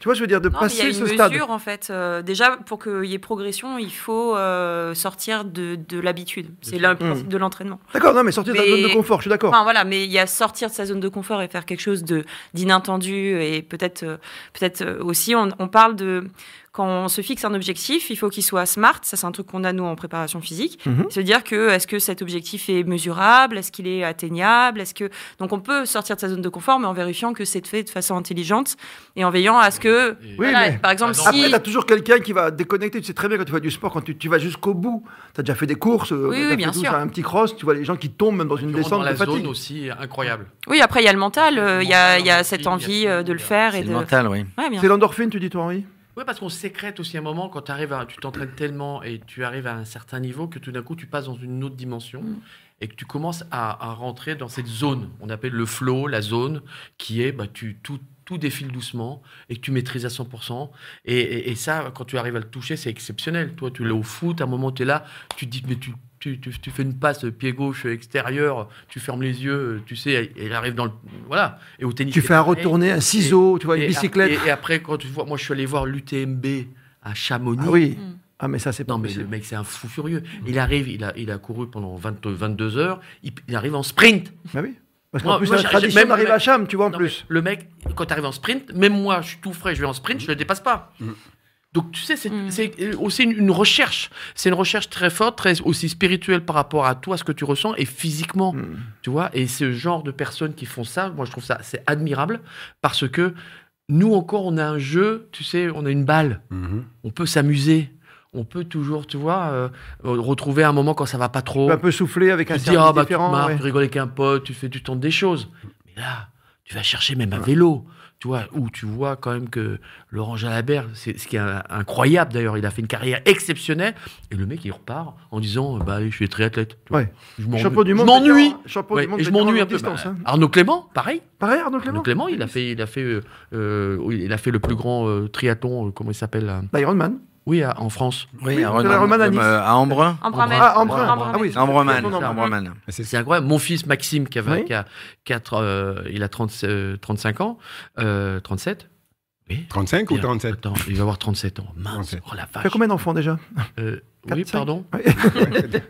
tu vois, je veux dire de Non, mais il y a passer une ce mesure stade. en fait. Euh, déjà, pour qu'il y ait progression, il faut euh, sortir de, de l'habitude. C'est le principe de l'entraînement. D'accord, non, mais sortir de la Mais- zone de confort, je suis d'accord. Enfin voilà, mais il y a sortir de sa zone de confort et faire quelque chose de d'inattendu et peut-être euh, peut-être euh, aussi on, on parle de quand on se fixe un objectif, il faut qu'il soit smart. Ça, c'est un truc qu'on a nous en préparation physique. Mhm. Se dire que est-ce que cet objectif est mesurable, est-ce qu'il est atteignable, est-ce que donc on peut sortir de sa zone de confort, mais en vérifiant que c'est fait de façon intelligente et en veillant à ce que Oui, mais- par exemple Ah non, si Après, t'as toujours quelqu'un qui va déconnecter. Tu sais très bien quand tu fais du sport, quand tu, tu vas jusqu'au bout. T'as déjà fait des courses, euh, Oui, t'as oui, fait bien tout, sûr. t'as un petit cross, tu vois les gens qui tombent même dans une Tu rentres descente dans la de fatigue. zone aussi incroyable. oui après il y a le mental, euh, il y a, il y a Mental, cette envie, il envie y a euh, tout, de le il y a- faire et C'est le de mental, oui. Ouais, hein. bien. C'est l'endorphine, tu dis toi, Henri Oui, parce qu'on sécrète aussi un moment quand tu arrives à, tu t'entraînes tellement et tu arrives à un certain niveau que tout d'un coup tu passes dans une autre dimension Mm. et que tu commences à, à rentrer dans cette zone. On appelle le flow, la zone qui est bah, tu tout tout défile doucement et que tu maîtrises à 100%. Et, et- et ça, quand tu arrives à le toucher, c'est exceptionnel. Toi, tu l'as au foot, à un moment, tu es là, tu te dis, mais tu, tu, tu- tu fais une passe pied gauche extérieur, tu fermes les yeux, tu sais, elle- elle arrive dans le. Voilà. Et au tennis. Tu c'est fais un pareil. retourné, un ciseau, tu vois une Et- bicyclette. Et, et après, quand tu vois, moi je suis allé voir l'UTMB à Chamonix. Ah oui. Mmh. Mm. Ah mais ça c'est pas Non, mais le possible. mec, c'est un fou furieux. Il arrive, il a, il a couru pendant 20, 22 heures, il, il arrive en sprint. Bah oui. Parce Moi- qu'en plus moi, la j'ai- tradition même- d'arriver à Cham, tu vois en Non, plus. Mmh. mais Le mec, quand tu arrives en sprint, même moi, je suis tout frais, je vais en sprint, je le dépasse pas. Donc, tu sais, c'est Mm. c'est euh, aussi une, une recherche. C'est une recherche très forte, très aussi spirituelle par rapport à toi, ce que tu ressens, et Mmh. physiquement. Mm. Tu vois, et ce genre de personnes qui font ça, moi je trouve ça c'est admirable parce que nous encore on a un jeu, tu sais, on a une balle, Mhm. on peut s'amuser, on peut toujours, tu vois, euh, retrouver un moment quand ça va pas Tu trop. peux un peu souffler avec un tu te dis, ah service bah, tu te différent. marres, ouais. Mhm. tu rigoles avec un pote, tu fais, tu tentes des choses. Mais là, tu vas chercher même un vélo, tu vois, où tu vois quand même que Laurent Jalabert, c'est ce qui est un- incroyable d'ailleurs, il a fait une carrière exceptionnelle. Et le mec, il repart en disant, bah, allez, je suis triathlète. tu vois. Ouais. Je m'en- Champion du je monde. m'ennuie. vétéran- Champion Ouais, du monde. et je vétéran m'ennuie un longue peu. distance, Bah, hein. Arnaud Clément, pareil. Pareil, Arnaud Clément. Arnaud Clément, il a fait, il a fait, euh, euh, oui, il a fait le plus grand euh, triathlon, euh, comment il s'appelle euh, Bah, Ironman. Oui, à- en France. Oui, à, c'est la Romane à Nice. euh, à Embrun. Embrun. Ah, Embrun. Embrun. Ah oui, Embruman. Embrun. Embruman. Mais c'est- C'est incroyable. Mon fils Maxime, qui, avait, Oui. qui a quatre, euh, il a 30, euh, 35 ans, euh, 37. Oui. 35 ou Il a- 37 Attends, il va avoir 37 ans. Mince, 37. oh la Tu as vache. combien d'enfants déjà Euh, Quatre, oui, cinq pardon.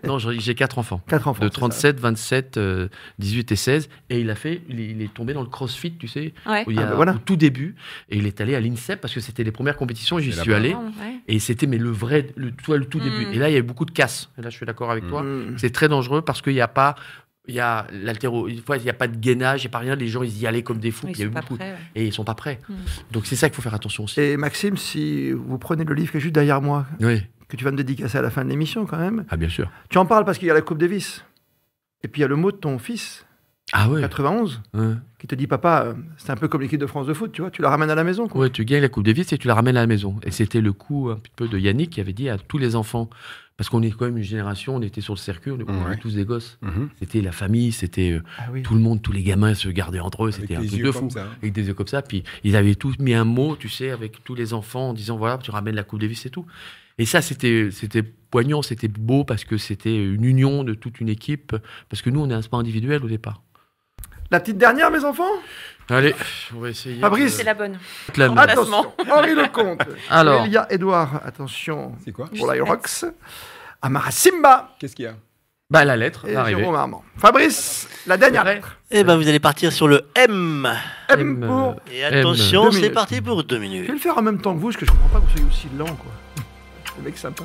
non, j'ai j'ai quatre enfants. 4 enfants. De c'est ça. 37, 27, euh, 18 et 16. Et il a fait, il est, il est tombé dans le crossfit, tu sais, Ouais. où il y a- Ah, bah voilà. au tout début. Et il est allé à l'INSEP parce que c'était les premières compétitions et j'y C'est suis là-bas. allé. Ouais. Et c'était mais le vrai, le, tu vois, le tout début. Mm. Et là, il y a eu beaucoup de casses. Et là, je suis d'accord avec Mm. toi. Mm. C'est très dangereux parce qu'il n'y a pas, il y a l'altéro, il faut- il n'y a pas de gainage, il n'y a pas rien. Les gens, ils y allaient comme des fous. Ils puis il y a eu sont pas beaucoup. prêts, ouais. Et ils sont pas prêts. Mm. Donc c'est ça qu'il faut faire attention aussi. Et Maxime, si vous prenez le livre qui est juste derrière moi, Oui. que tu vas me dédicacer à la fin de l'émission quand même, Ah bien sûr. tu en parles parce qu'il y a la Coupe Davis. Et puis il y a le mot de ton fils, Ah ouais. 91, Ouais. qui te dit Papa, euh, c'est un peu comme l'équipe de France de foot, tu vois, tu la ramènes à la maison. Quoi. Ouais, tu gagnes la Coupe Davis et tu la ramènes à la maison. Et c'était le coup un petit peu de Yannick qui avait dit à tous les enfants, parce qu'on est quand même une génération, on était sur le circuit, on était Ouais. tous des gosses. Mhm. C'était la famille, c'était euh, Ah oui. tout le monde, tous les gamins se gardaient entre eux, c'était Avec un les truc yeux de comme fou. ça, hein. Avec des yeux comme ça, puis ils avaient tous mis un mot, tu sais, avec tous les enfants en disant voilà, tu ramènes la Coupe Davis et tout. Et ça, c'était c'était poignant, c'était beau parce que c'était une union de toute une équipe. Parce que nous, on est un sport individuel au départ. La petite dernière, mes enfants Allez, on va essayer. Fabrice. Ah, C'est la bonne. de la mettre. Attention, Henri Lecomte, Alors, Elia Edouard, attention C'est quoi pour l'Irox, Amara Simba Qu'est-ce qu'il y a bah, la lettre, et l'arrivée. Jérôme Armand. Fabrice, la dernière Après, lettre. Eh ben, vous allez partir sur le M. M M, pour- euh, Et M, attention, deux c'est minutes. parti pour deux Je vais minutes. le faire en même temps que vous, parce que je comprends pas que vous soyez aussi lent, quoi. Le mec sympa.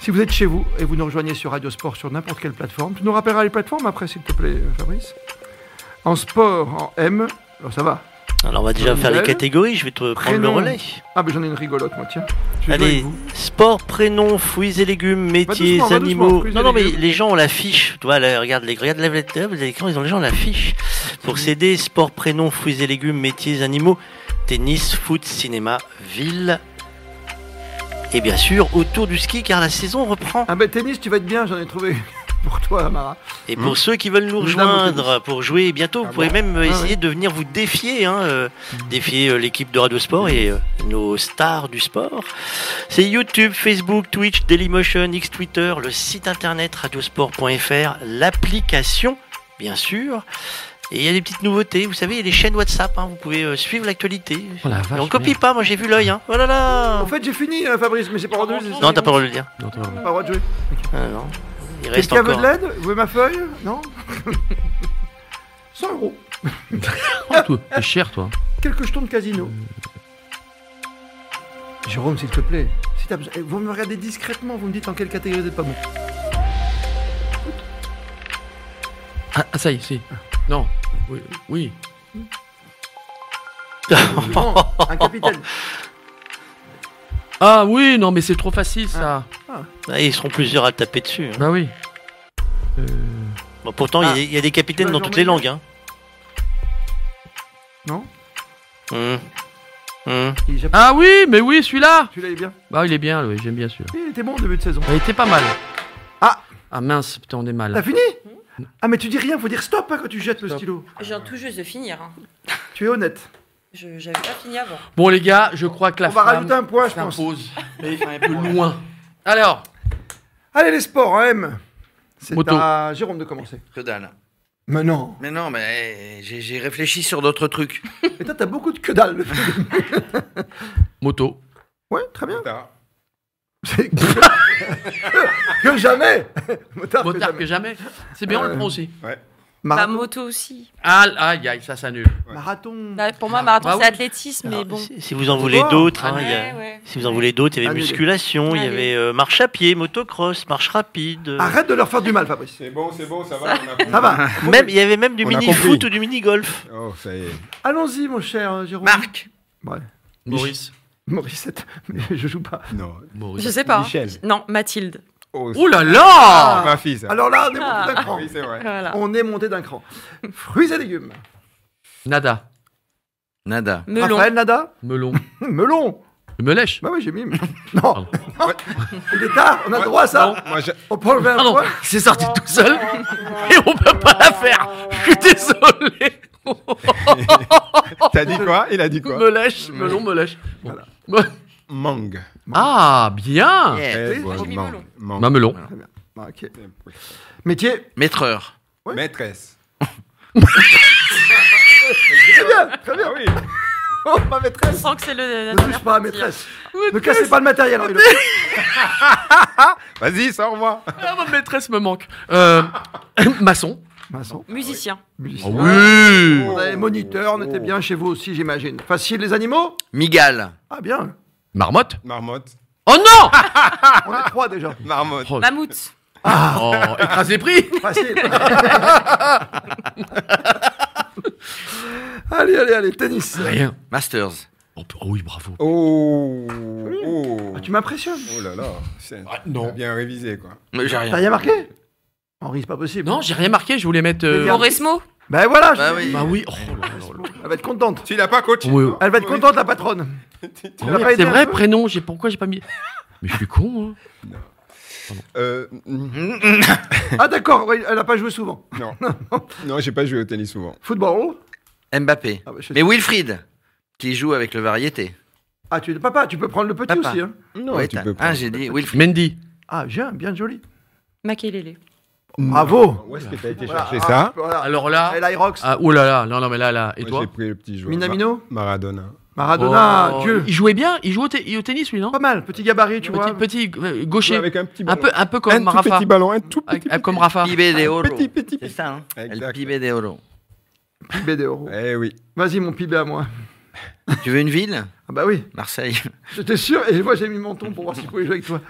Si vous êtes chez vous et vous nous rejoignez sur Radio Sport sur n'importe quelle plateforme, tu nous rappelleras les plateformes après, s'il te plaît, Fabrice. En sport, en M, alors ça va. Alors, on va déjà faire les Nouvelle. catégories. Je vais te prendre le Prénom. relais. Ah, mais j'en ai une rigolote, moi, tiens. Je vais jouer avec Allez, vous. sport, prénom, fruits et légumes, métiers, doucement, va doucement, animaux. fruits et Non, non, mais légumes. les gens ont la fiche. Tu vois, là, regarde, les, regarde la- la- la- l'écran, ils ont les gens ont la fiche. Mmh. Pour s'aider, sport, prénom, fruits et légumes, métiers, animaux, tennis, foot, cinéma, ville. Et bien sûr, autour du ski, car la saison reprend. Ah, ben tennis, tu vas être bien, j'en ai trouvé pour toi, Amara. Et Hmm. pour ceux qui veulent nous Nous avons rejoindre pour jouer bientôt, vous Ah pourrez bon même euh, Ah Hmm. essayer de venir vous défier, hein, euh, défier euh, l'équipe de Radio Sport et euh, nos stars du sport. C'est YouTube, Facebook, Twitch, Dailymotion, X Twitter, le site internet radiosport.fr, l'application, bien sûr. Et il y a des petites nouveautés, vous savez, il y a les chaînes WhatsApp, hein, vous pouvez euh, suivre l'actualité. Oh la Et vache, on copie merde. pas, moi j'ai vu l'œil. Hein. Oh là là En fait, j'ai fini, hein, Fabrice, mais j'ai pas le droit de jouer. Non, t'as pas le droit de le dire. Non, t'as pas le Pas le droit droit. de jouer. Ah, non. Il Est-ce reste qu'il y avait de encore. l'aide Vous voulez ma feuille Non 100 euros. Oh, toi, T'es cher, toi. quelques jetons de casino. Jérôme, s'il te plaît, si t'as besoin- eh, vous me regardez discrètement, vous me dites en quelle catégorie vous êtes pas bon. Ah, ah, ça y est, si. Non. Oui. oui. Bon, un capitaine. Ah oui, non, mais c'est trop facile, ça. Ah, ils seront plusieurs à taper dessus. hein. Bah oui. Euh, Bon, pourtant, il y a- il y, a des capitaines Bah, dans j'en toutes mets les langues. Hein. Non Hum. Hum. Il est japonais. Ah oui, mais oui, celui-là. Celui-là il est bien. Eh, Bah, il est bien, oui, j'aime bien celui-là. Il était bon au début de saison. Il était pas mal. Ah. Ah mince, putain, on est T'as mal. fini Ah mais tu dis rien, faut dire stop hein, quand tu jettes le Hmm Stop. stylo. Je viens tout juste de finir. hein. Tu es honnête. Je J'avais pas fini avant. Bon, les gars, je crois que la On va femme rajouter un point, je pense. s'impose. Mais un peu loin. Alors, Allez les sports, hein, M. C'est Moto. à Jérôme de commencer. Que dalle. Mais non. Mais non, mais eh, j'ai j'ai réfléchi sur d'autres trucs. Mais toi t'as beaucoup de que dalle. moto. Ouais, très bien. Motard. C'est que... que jamais. Motard, que Motard jamais. que jamais. C'est bien, on le Euh. prend aussi. Bah, Marathon. moto aussi. Ah, aïe, aïe, ça s'annule. Ouais. Marathon. Bah, pour moi, marathon, Bah c'est oui. athlétisme, mais Alors, bon. Ah, si, si vous en voulez Bon. d'autres, hein, Ouais, il y a- ouais. si vous en voulez d'autres, il y avait Annulé. musculation, il y Allez. avait euh, marche à pied, motocross, marche rapide. euh, Arrête de leur faire du mal, Fabrice. C'est bon, c'est bon, ça va. on a compris. Ça va. Ah. même, il y avait même du On a mini foot compris. ou du mini golf. Oh, ça y est. Allons-y, mon cher euh, Jérôme. Marc Ouais. Maurice. Morissette, mais je joue pas. Non. Maurice. Je sais pas. Michel. Non, Mathilde. Oh, Oh là Ah. là ma fille, ça. Alors là, on est Ah. monté d'un cran. oui, c'est vrai. Voilà. On est monté d'un cran. Fruits et légumes. Nada, Nada. Melon. Raphaël Nada Hmm, melon, Melon me lèche. Bah oui, j'ai mis. Non. Pardon. Il est tard, on a Ouais. droit à ça. Ah. Moi, je- On peut enlever un Pardon, point. c'est sorti tout seul et on peut pas la faire. Je suis désolé. Oh. T'as dit quoi Il a dit quoi me lèche, melon, me lèche. Bon. Mangue. Ah, bien Eh, Oui, bon, j'ai mis mangue, melon. mangue. Ma melon. Ah, ok. Métier, Maîtreur. Ouais. Maîtresse. très bien, très bien. Ah oui. Oh, ma maîtresse. Je sens que c'est le. la Ne dernière touche pas à partie, hein. maîtresse. Ne cassez pas le matériel. Henri Le- Vas-y, sors-moi. Ah, ma maîtresse me manque. Euh, maçon. Vincent, Musicien. musicien. Ah oui Oh. On avait moniteur, on était bien chez vous aussi, j'imagine. Facile les animaux Migale. Ah bien, Marmotte. Marmotte. Oh non on est trois déjà. Marmotte. Oh, Mammouth. oh, écrase les prix Facile. allez, allez, allez, tennis. Rien. Masters. Oh, p- oh oui, bravo. Oh. Oh. Ah, tu m'impressionnes. Oh là là. C'est- Ah, T'as non. bien révisé, quoi. Mais J'ai T'as rien. rien marqué Henri, c'est pas possible. Non, j'ai rien marqué, je voulais mettre... euh, Regarde. Mauresmo. Ben voilà, je Bah l'ai oui. dit. Bah oui, oh là là là. Elle va être contente. Tu l'as pas coaché Oui. non Elle va être contente, la patronne. Ah l'as oui, pas aidé C'est un vrai, peu prénom, j'ai- pourquoi j'ai pas mis... Mais je suis con, hein. moi. Euh, mm, Ah d'accord, oui, elle a pas joué souvent. non. non, j'ai pas joué au tennis souvent. Football. Mbappé. Ah, bah, je- Mais Wilfried, qui joue avec le variété. Ah, tu es papa, tu peux prendre le petit Papa. aussi. hein. Non, Ouais, tu t'as- peux ah, pas. j'ai dit Wilfried. Mendy. Ah, bien, bien joli. Makelele. Mm. Bravo. Où est-ce que t'as été Voilà, chercher ah, ça voilà. Alors là... Et l'Irox. Ah, oh là là, non, non, mais là, là, et Moi, toi J'ai pris le petit joueur. Minamino Ma- Maradona. Maradona, Oh, Dieu. Il jouait bien, il jouait au, te- il- au tennis, lui, non Pas mal, petit gabarit, tu vois. Petit, petit euh, gaucher. Ouais, Avec un petit un, ballon. peu, un peu un comme tout Rafa. petit ballon, un tout petit. Ah, Comme Rafa. Pibé de Oro. Petit, petit, C'est petit. ça, hein Exact. El Pibé de Oro. Pibé des euros. Eh oui. Vas-y, mon pibé à moi. Tu veux une ville Ah bah oui, Marseille. j'étais sûr. Et moi, j'ai mis mon ton pour voir si je pouvais jouer avec toi.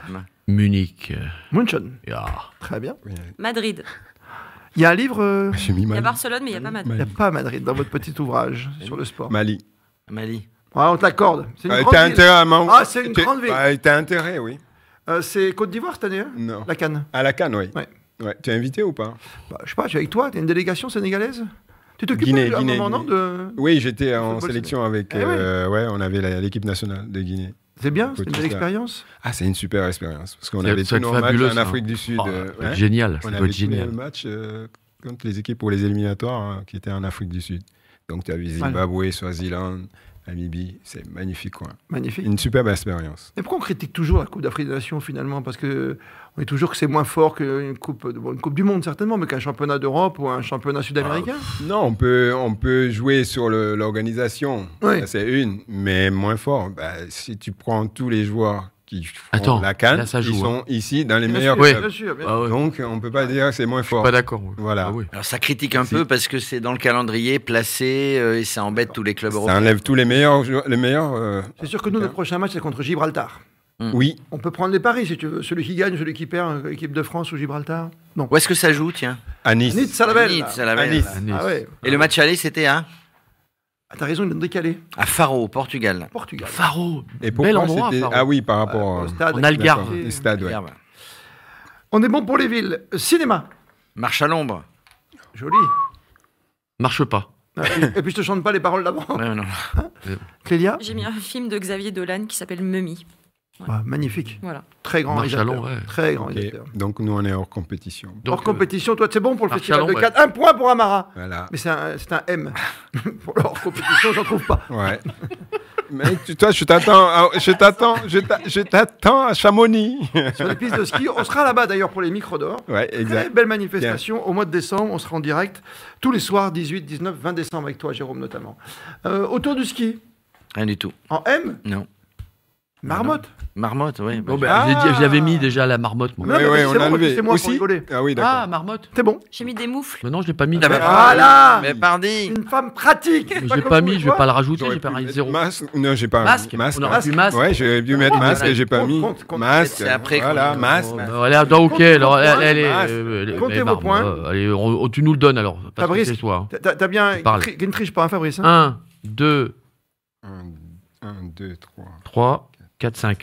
Munich. Munchen. Ah. Très bien. Madrid. Il y a un livre... euh, Ah, J'ai Il mis y a Mali. Barcelone, mais il n'y a pas Madrid. Il n'y a pas Madrid dans votre petit ouvrage sur le sport. Mali. Mali. Ah, on te l'accorde. C'est une Bah. Euh, grande T'as ville. intérêt à m'en- Ah, c'est une t'es- grande ville. Bah, T'as intérêt, oui. Euh, c'est Côte d'Ivoire cette année, hein Non. la Cannes. À la Cannes, oui. Ouais. Ouais. Tu es invité ou pas Bah, je sais pas, je suis avec toi, t'es une délégation sénégalaise Tu t'occupes Guinée, à un Guinée, moment, non Guinée. de... Oui, j'étais en football, sélection avec. Eh oui. euh, ouais, on avait la- l'équipe nationale de Guinée. C'est bien, c'est Côte une belle d'Ivoire. expérience. Ah, c'est une super expérience. Parce qu'on Ça- avait ça tous doit nos être matchs fabuleux, en ça. Afrique du Sud. Oh, euh, ça doit être ouais. Génial, ça On doit avait être tous génial. nos matchs euh, contre les équipes pour les éliminatoires hein, qui étaient en Afrique du Sud. Donc, tu avais Zimbabwe, Swaziland, Namibie. C'est magnifique, quoi. Magnifique. Une superbe expérience. Mais pourquoi on critique toujours la Coupe d'Afrique des Nations finalement Parce que on est toujours que c'est moins fort qu'une coupe, de- bon, une coupe du Monde certainement, mais qu'un championnat d'Europe ou un championnat sud-américain. Non, on peut, on peut jouer sur le- l'organisation. Oui. Ça, C'est une, mais moins fort. Bah, si tu prends tous les joueurs qui font Attends, la Cannes, là, ça joue, ils hein. sont ici dans les Bien meilleurs sûr, Ouais. clubs. bien sûr, bien sûr. Ah ouais. Donc, on ne peut pas dire que c'est moins fort. Pas d'accord. ouais. euh, Voilà. Ah oui. Alors ça critique un Si. peu parce que c'est dans le calendrier placé euh, et ça embête tous les Ah bah, clubs Ça européens. enlève tous les meilleurs. jou- Les meilleurs euh, Mm. C'est sûr que nous, notre prochain match, c'est contre Gibraltar. Oui, On peut prendre les paris si tu veux. Celui qui gagne, celui qui perd, euh, l'équipe de France ou Gibraltar. Non. Où est-ce que ça joue, tiens à Nice. Nice, ça la belle. Nice, à la À Belle. Nice. À Nice. Ah ouais. Et le match aller, c'était à, Ah, T'as raison, il est décalé. à Faro, au Portugal. Portugal. Faro. Et Bel endroit. c'était- Faro. Ah oui, par rapport Au euh, stade. en Algarve. d'accord, Et- les stades, Ah, ouais. Regarde. On est bon pour les villes. Cinéma. Marche à l'ombre. Joli. Marche pas. Ah, et- Et puis je te chante pas les paroles d'avant. Ouais, non. Clélia J'ai mis un film de Xavier Dolan qui s'appelle Mummy. Ah, Magnifique. Voilà. Très grand Marchalon, réalisateur. ouais. Très grand Ok, réalisateur. Donc nous, on est hors compétition. Donc, euh, Hors compétition, toi, c'est bon pour le festival Marchalon, de ouais. Cannes. Un point pour Amara. Voilà. Mais c'est un, c'est un M. pour le hors compétition, j'en trouve pas. Ouais. Mais tu- toi, je t'attends, à- je t'attends, je t'a- je t'attends à Chamonix. Sur les pistes de ski, on sera là-bas d'ailleurs pour les micros d'or. ouais, Très exact. belle manifestation. Au mois de décembre, on sera en direct tous les soirs, 18, 19, 20 décembre avec toi, Jérôme notamment. Euh, autour du ski, Rien du tout. en M, Non. marmotte. Marmotte, bah. oui. Bon, ben, je l'ai dit- Ah. je l'avais mis déjà la marmotte, moi. Non, mais ouais, c'est on bon, a enlevé. c'est moi pour Aussi rigoler. Ah oui, Ah, d'accord. marmotte. C'est bon. J'ai mis des moufles. Mais non, je l'ai pas mis. Ah bah, Voilà. Mais pardi Une femme pratique. Mais je pas l'ai comme pas vous mis, et je vais toi. pas le rajouter, J'aurais j'ai pu pas mettre mis zéro. Masque, non, j'ai pas Masque. On aurait masque. pu masque. Ouais, j'aurais dû mettre masque et j'ai pas Ah, Compte, mis. compte, compte. Masque. C'est après qu'on- Voilà, masque. Oh, bah, Voilà, donc, ok, Comptez alors vos points. allez, Mince. euh, Comptez allez, vos marre, points. euh, allez, on- on- tu nous le donnes alors, parce que Fabrice. Hum. c'est toi. T'as- T'as bien. Parle. Qui ne triche pas, hein, Fabrice. hein. 1, 2, 1, 2, 3, 3, 4, 5.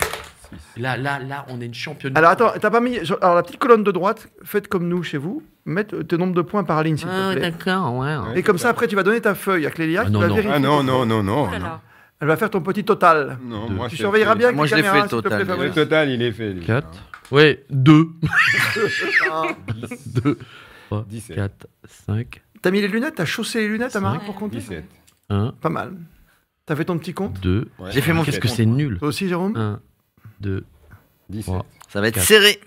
6. Là, là, là, on est une championne. Alors attends, t'as pas mis. Alors la petite colonne de droite, faites comme nous chez vous, mettez tes nombres de points par ligne s'il Ah, te plaît. d'accord, ouais. hein. ouais. Et comme ça, après, tu vas donner ta feuille à Clélia, Ah, tu non, vas non. vérifier. Ah non, non, non, non. Oh là non. là. Elle va faire ton petit total. Non, Deux. moi, tu Ah, c'est- surveilleras bien avec Moi, les je l'ai caméras, fait, s'il te total, plaît, Le Fabrice. total, il est fait. lui. 4. Ouais, 2. Ah. 2, 3, 17. 4, 5, T'as mis les lunettes, t'as chaussé les lunettes à Marie Cinq. pour compter 17. 1, Pas mal. T'as fait ton petit compte 2. Ouais. J'ai fait mon Qu'est-ce petit que c'est nul Toi aussi, Jérôme 1, 2, 17. Trois. Ça va être Quatre. serré,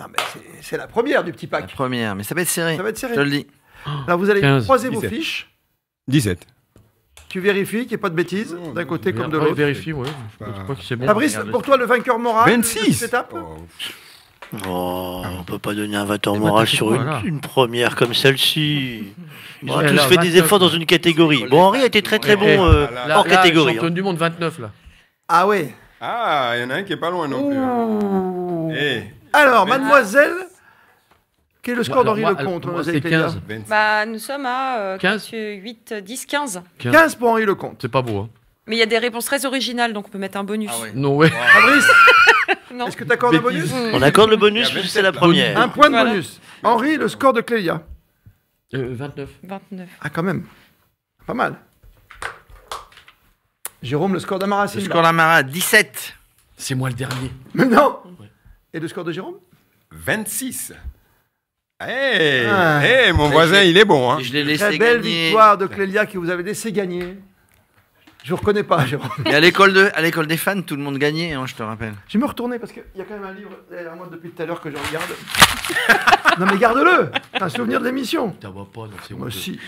Non, mais c'est- c'est la première du petit la pack. première, mais ça va être serré. Ça va être Je te le serré. dis. Alors vous allez Ah, Quinze. croiser vos Dix-sept. fiches, 17. tu vérifies qu'il n'y ait pas de bêtises Non, d'un non, côté non. comme de Ouais, l'autre. Vérifie, ouais. Je Bah. crois que c'est bon. Fabrice, pour toi, Ah, le vainqueur moral de cette 26 étape Oh, Oh, on peut pas donner un vainqueur Eh ben, moral t'as fait sur quoi, une, là une première comme celle-ci. On a Ouais, tous alors, fait des 29, efforts dans une catégorie. Bon, Henri a été très très Eh, eh, bon euh, là, Là, hors là, catégorie. championne du monde 29, là. Ah ouais Ah, il y en a un qui est pas loin non plus. hein. Eh, Alors, Ah. mademoiselle, quel est le score Alors, d'Henri moi, Lecomte hein, alors, moi, mademoiselle c'est Clélia 15. 26. Bah, nous sommes à euh, 15. 8, 10, 15. 15. 15 pour Henri Lecomte. C'est pas beau, hein. Mais il y a des réponses très originales, donc on peut mettre un bonus. Ah Ah Non, ouais. Fabrice, Non. est-ce que tu accordes un bonus Ah. Bêtise. On accorde le Il bonus y a parce que 27 c'est la là. première. Un point de Voilà. bonus. Henri, le score de Clélia. Euh, 29. 29. Ah, quand même. Pas mal. Jérôme, le score Le d'Amaracine. score d'Amara, 17. C'est moi le dernier. Mais non Et le score de Jérôme 26. Eh, Ah. eh, mon voisin, il est bon. Hein. Et je l'ai Très laissé belle gagner. victoire de Clélia qui vous avait laissé gagner. Je vous reconnais pas, Jérôme. Mais à l'école de, à l'école des fans, tout le monde gagnait, hein, je te rappelle. Je vais me retourner parce qu'il y a quand même un livre derrière moi depuis tout à l'heure que je regarde. non mais garde-le C'est un souvenir de l'émission. T'as vois pas, non, c'est Moi honteux. aussi.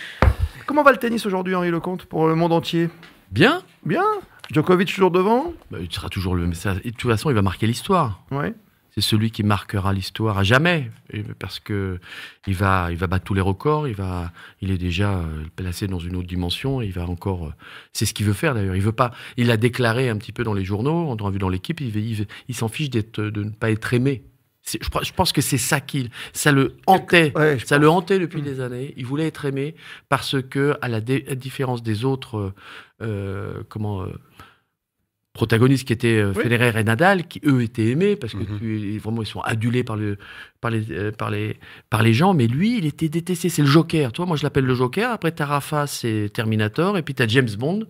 Comment va le tennis aujourd'hui, Henri Lecomte, pour le monde entier Bien Bien Djokovic toujours devant Bah, Il sera toujours le même. Ça- et De toute façon, il va marquer l'histoire. Ouais. C'est celui qui marquera l'histoire à jamais, Et parce que il va, il va battre tous les records. Il va, il est déjà euh, placé dans une autre dimension. Et il va encore. euh, C'est ce qu'il veut faire d'ailleurs. Il veut pas. Il a déclaré un petit peu dans les journaux, on l'a vu dans l'équipe. Il, veut- il, veut- il s'en fiche d'être, de ne pas être aimé. C'est- Je, crois- je pense que c'est ça qu'il, ça le hantait. Ouais, je- Ça le hantait depuis Mm. des années. Il voulait être aimé parce que, à la dé- à différence des autres, euh, euh, comment. euh, protagonistes qui étaient euh, Oui. Mm-hmm. Federer et Nadal, qui eux étaient aimés parce que Mhm. tu- vraiment ils sont adulés par, le, par, les, euh, par, les, par les gens, mais lui il était détesté, c'est le Joker, toi moi je l'appelle le Joker, après t'as Rafa c'est Terminator, et puis t'as James Bond,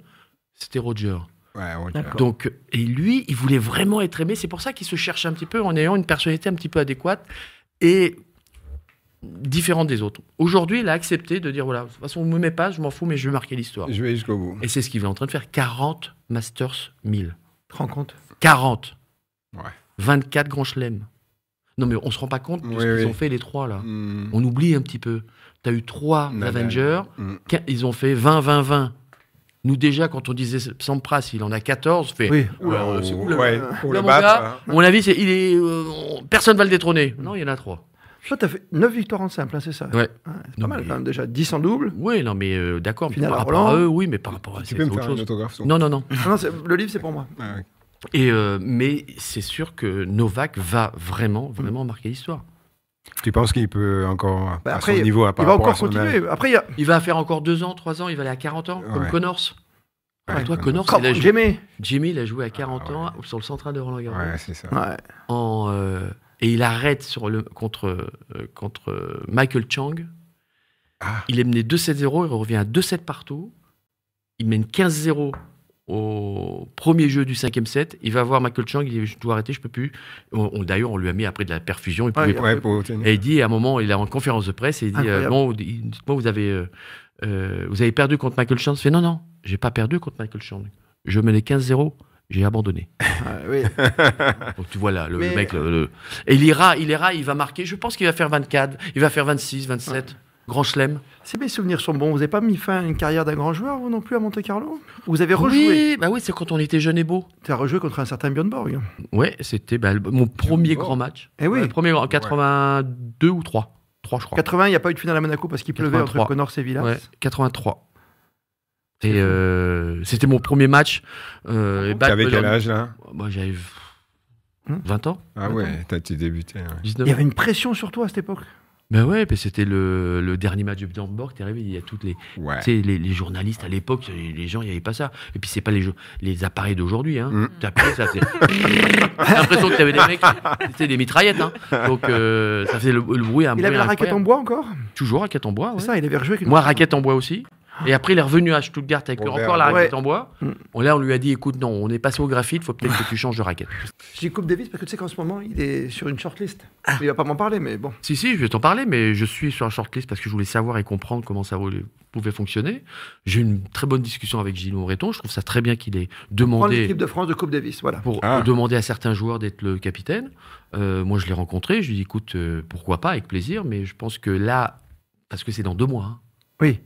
c'était Roger. Ouais, ok. D'accord. Donc, et lui, il voulait vraiment être aimé. C'est pour ça qu'il se cherche un petit peu en ayant une personnalité un petit peu adéquate et différente des autres. Aujourd'hui, il a accepté de dire voilà, de toute façon, on ne me met pas, je m'en fous, mais je vais marquer l'histoire. Je vais jusqu'au bout. Et c'est ce qu'il est en train de faire. 40 Masters 1000. Tu te rends compte 40. Ouais. 24 Grands Chelem. Non, mais on ne se rend pas compte de Oui, ce qu'ils oui. ont fait, les trois, là. Hmm. On oublie un petit peu. Tu as eu trois Nadal. Avengers. Hmm. Quin- Ils ont fait 20-20-20. Nous, déjà, quand on disait Sampras, il en a 14, fait. Oui. Oula, Oh, c'est- oula, ouais, pour Là, le mon battre. gars, hein. à mon avis, c'est, il est, euh, on- personne va le détrôner. Non, il y en a trois. Toi, t'as fait 9 victoires en simple, hein, c'est ça Ouais. C'est pas Non, mal mais- quand même déjà. 10 en double. Oui, non, mais euh, d'accord. mais Finale par à rapport à Roland. eux, oui, mais par rapport à Tu c'est peux me autre faire un chose. autographe sur- Non, non, non. Ah non, c'est- le livre, c'est pour moi. Ah, ok. Et euh, mais c'est sûr que Novak va vraiment, vraiment marquer l'histoire. Tu penses qu'il peut encore, Bah, à après, son niveau, à Il par va rapport à encore son âge- continuer. Après, il y a... Il va faire encore deux ans, trois ans. Il va aller à 40 ans, comme Ouais. Connors. Ouais, toi, comme- Connors, il a Comment- joué- J'aimais. Jimmy, il a joué à 40 Ah ouais. ans sur le central de Roland Garros. Ouais, c'est ça. Ouais. en, euh, et il arrête sur le, contre, euh, contre euh, Michael Chang. Ah. Il est mené 2-7-0, il revient à 2-7 partout. Il mène 15-0 au premier jeu du cinquième set. Il va voir Michael Chang, il dit Je dois arrêter, je peux plus. On- on- D'ailleurs, on lui a mis après de la perfusion. Il pouvait Ouais, pas. Ouais, pour tenir. Et il dit à un moment, il est en conférence de presse, et il dit euh, Incroyable. Bon, il- dites-moi, vous, avez, euh, euh, vous avez perdu contre Michael Chang Il fait Non, non, j'ai pas perdu contre Michael Chang. Je menais 15-0, j'ai abandonné. Ah, oui. Donc tu vois là, le, le Mais- mec, le, le- et il ira, il ira, il va marquer. Je pense qu'il va faire 24, il va faire 26, 27. Grand chelem. Si mes souvenirs sont bons, vous n'avez pas mis fin à une carrière d'un grand joueur, vous non plus, à Monte-Carlo Vous avez rejoué. Oui, bah oui, c'est quand on était jeune et beau. Tu as rejoué contre un certain Björn Borg. Ouais, c'était bah, le- mon premier Bon. grand match. Eh oui. Le premier en 82 ou 3 3 je crois. 80, il n'y a pas eu de finale à Monaco parce qu'il pleuvait entre 83. Connors et Villas. Ouais, 83. Et euh, c'était mon premier match. Ah Euh, et Tu Bad avais quel Boulogne. âge là Moi j'avais Hum 20 ans, Ah ouais, t'as-tu débuté ouais. Hein Il y 19. avait une pression sur toi à cette époque. Ben ouais, puis c'était le, le dernier match de Björnborg, t'es arrivé, il y a toutes les, Ouais. tu sais, les, les journalistes à l'époque, les les gens, il n'y avait pas ça. Et puis c'est pas les, jo- les appareils d'aujourd'hui. Hein. Mm. T'appuyais, ça faisait. T'as l'impression que t'avais des mecs, c'était des mitraillettes. Hein. Donc euh, ça faisait le, le bruit. Un Il bruit avait la raquette en incroyable. bois encore Toujours raquette en bois. ouais. C'est ça, il avait rejoué avec une- Moi, raquette en bois aussi. Et après, il est revenu à Stuttgart avec Robert, encore la ouais. raquette en bois. Mm. On, là, on lui a dit écoute, non, on est passé au graphite, faut peut-être que tu changes de raquette. Ah. Je dis Coupe Davis parce que tu sais qu'en ce moment, il est sur une shortlist. Il va pas m'en parler, mais bon. Si, si, je vais t'en parler, mais je suis sur un shortlist parce que je voulais savoir et comprendre comment ça voulait- pouvait fonctionner. J'ai eu une très bonne discussion avec Gilles Moreton. Je trouve ça très bien qu'il ait Prends demandé. l'équipe de France de Coupe Davis, voilà. pour Ah. demander à certains joueurs d'être le capitaine. Euh, moi, je l'ai rencontré, je lui ai dit, écoute, euh, pourquoi pas, avec plaisir, mais je pense que là, parce que c'est dans deux mois. hein. Oui.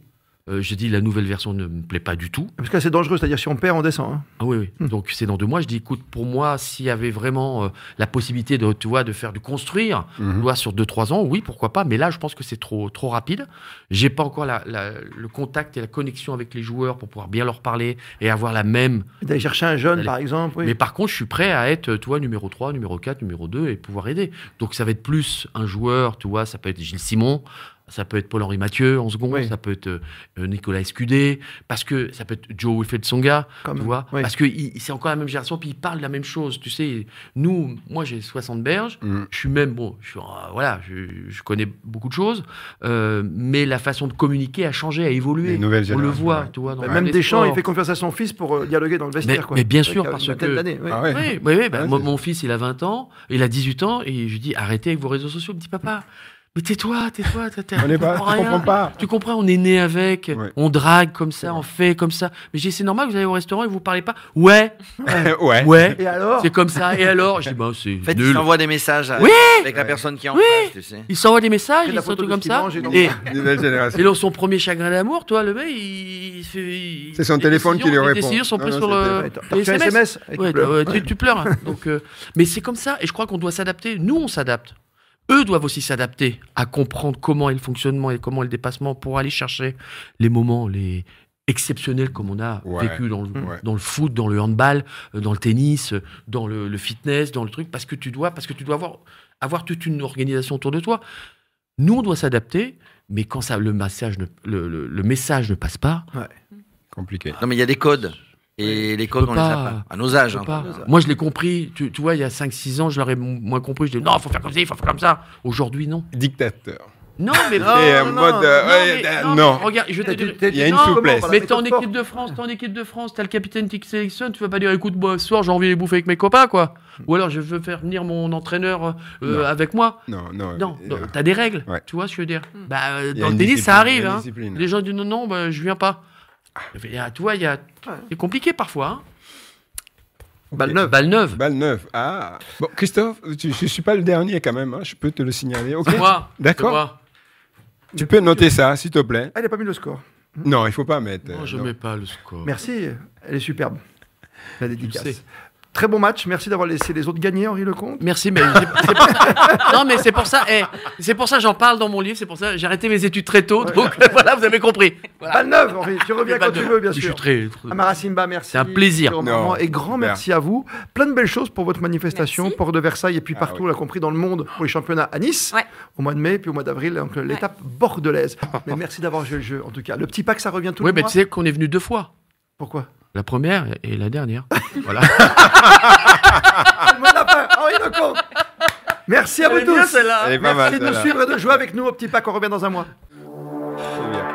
Euh, J'ai dit, la nouvelle version ne me plaît pas du tout. Parce que là, c'est dangereux, c'est-à-dire si on perd, on descend. hein. Ah oui, oui. Hmm. Donc c'est dans deux mois. Je dis, écoute, pour moi, s'il y avait vraiment euh, la possibilité de, tu vois, de faire, de construire, Mhm. loi sur 2-3 ans, oui, pourquoi pas. Mais là, je pense que c'est trop, trop rapide. J'ai pas encore la- la- le contact et la connexion avec les joueurs pour pouvoir bien leur parler et avoir la même D'aller chercher un jeune, Allez. par exemple. oui. mais par contre, je suis prêt à être, toi, numéro 3, numéro 4, numéro 2 et pouvoir aider. Donc, ça va être plus un joueur, tu vois, ça peut être Gilles Simon, ça peut être Paul-Henri Mathieu en second, Oui. ça peut être euh, Nicolas Escudé, parce que ça peut être Joe Wilfred Songa, Quand tu même, vois, Mm, oui. parce que il- c'est encore la même génération, puis ils parlent de la même chose, tu sais. Nous, moi, j'ai 60 berges, Mhm. je suis même, bon, je suis, euh, voilà, je, je connais beaucoup de choses, euh, mais la façon de communiquer a changé, a Les évolué. nouvelles On le générations, voit, ouais. tu vois. dans Bah, les même Deschamps, il sports. fait confiance à son fils pour euh, dialoguer dans le vestiaire. Oh. Mais- quoi. mais bien sûr, Avec, euh, parce une vingtaine que- d'années, oui. Ah ouais. Oui, oui, oui, bah, Ouais, moi, c'est- mon fils, il a 20 ans, il a 18 ans, et je lui dis arrêtez avec vos réseaux sociaux, me dis papa, mais tais-toi, tais-toi, t'as- t'as- On n'est pas, comprends tu rien. comprends pas. Tu comprends, on est né avec, Ouais. on drague comme ça, on fait comme ça. Mais j'ai dit, c'est normal, vous allez au restaurant et vous parlez pas. Ouais, ouais. ouais, Et alors c'est comme ça. Et alors Je dis, bah, c'est En fait, ils nul. s'envoient des messages à- Oui avec la personne qui est en Oui face, tu sais. Il s'envoie des messages, Après, il la s'envoie photo de comme ce qui ça. mange et dans- Et, Nouvelle et génération. dans son premier chagrin d'amour, toi, le mec, il, il fait- il- C'est son les téléphone qui lui décisions- les répond. décisions sont Non, prises non, sur c'est le le, téléphone. Ouais, t'as- les T'as reçu un SMS. Hein. SMS avec Ouais, le bleu. t'as- tu, tu pleures. hein. Donc, euh, mais c'est comme ça, et je crois qu'on doit s'adapter. Nous, on s'adapte. Eux doivent aussi s'adapter à comprendre comment est le fonctionnement et comment est le dépassement pour aller chercher les moments les exceptionnels comme on a Ouais. vécu dans le, Ouais. dans le foot, dans le handball, euh, dans le tennis, euh, dans le, le fitness, dans le truc, parce que tu dois, parce que tu dois avoir, avoir toute une organisation autour de toi. Nous, on doit s'adapter, mais quand ça, le, massage ne- le, le- le message ne passe pas, Compliqué. Non, mais il y a des codes. Et les codes, peux on les a pas. pas. À nos âges. hein. pas. Moi, je l'ai compris. Tu, tu vois, il y a 5-6 ans, je l'aurais m- moins compris. Je dis non, il faut faire comme ça, il faut faire comme ça. Aujourd'hui, non. Dictateur. Non, mais. Non, et en non, mode. euh, Non, ouais, mais- euh, non, non. mais Regarde, je te T'as- dis. t'as- Il y a une t'as- souplesse. comment, par la Mais t'es en méthode équipe de France, t'es en équipe de France, t'as le capitaine qui te sélectionne, tu vas pas dire écoute, moi, ce soir j'ai envie d'aller bouffer avec mes copains, quoi. Ou alors je veux faire venir mon entraîneur euh, Non. avec moi. Non, non. Non, euh, non, t'as des règles, Ouais. tu vois ce que je veux dire. Mm. Bah, euh, il y a dans le une tennis, ça discipline, arrive. il y a une hein. discipline. Les gens disent non, non, bah, je viens pas. Il y a- Tu vois, il y a- Ouais. c'est compliqué parfois. Bah, Balle Hein. neuve. Balle neuve. Balle neuve. Ah. Bon, Christophe, tu- je ne suis pas le dernier quand même. hein, Je peux te le signaler. Ok. C'est moi. c'est D'accord. moi. Tu peux noter ça, s'il te plaît. Ah, il a pas mis le score. Non, il faut pas mettre. euh, Non, je non. mets pas le score. Merci, elle est superbe. La dédicace. sais. Très bon match, merci d'avoir laissé les autres gagner, Henri Lecomte. Merci, mais j'ai- c'est pour ça- non, mais c'est pour ça. eh, c'est pour ça j'en parle dans mon livre. C'est pour ça j'ai arrêté mes études très tôt. Donc voilà, vous avez compris. Voilà. Balle neuve, Henri, tu reviens Pas quand de- tu veux, bien Je sûr. Ah, suis très. très- Amara Simba, merci. C'est un plaisir. Jérôme Armand, Non, et grand super. merci à vous. Plein de belles choses pour votre manifestation, Merci. port de Versailles et puis Ah partout, oui. y compris dans le monde, pour les championnats à Nice, Ouais. au mois de mai, puis au mois d'avril, donc euh, l'étape bordelaise. Mais merci d'avoir joué le jeu, en tout cas. Le petit pack, ça revient tout Oui, le mais mois. tu sais qu'on est venu deux fois. Pourquoi La première et la dernière. Voilà. Le mot de la fin, Henri Lecomte. Merci à vous tous. Elle est pas mal, Merci de nous celle-là. suivre et de jouer avec nous au petit pack. On revient dans un mois. C'est bien.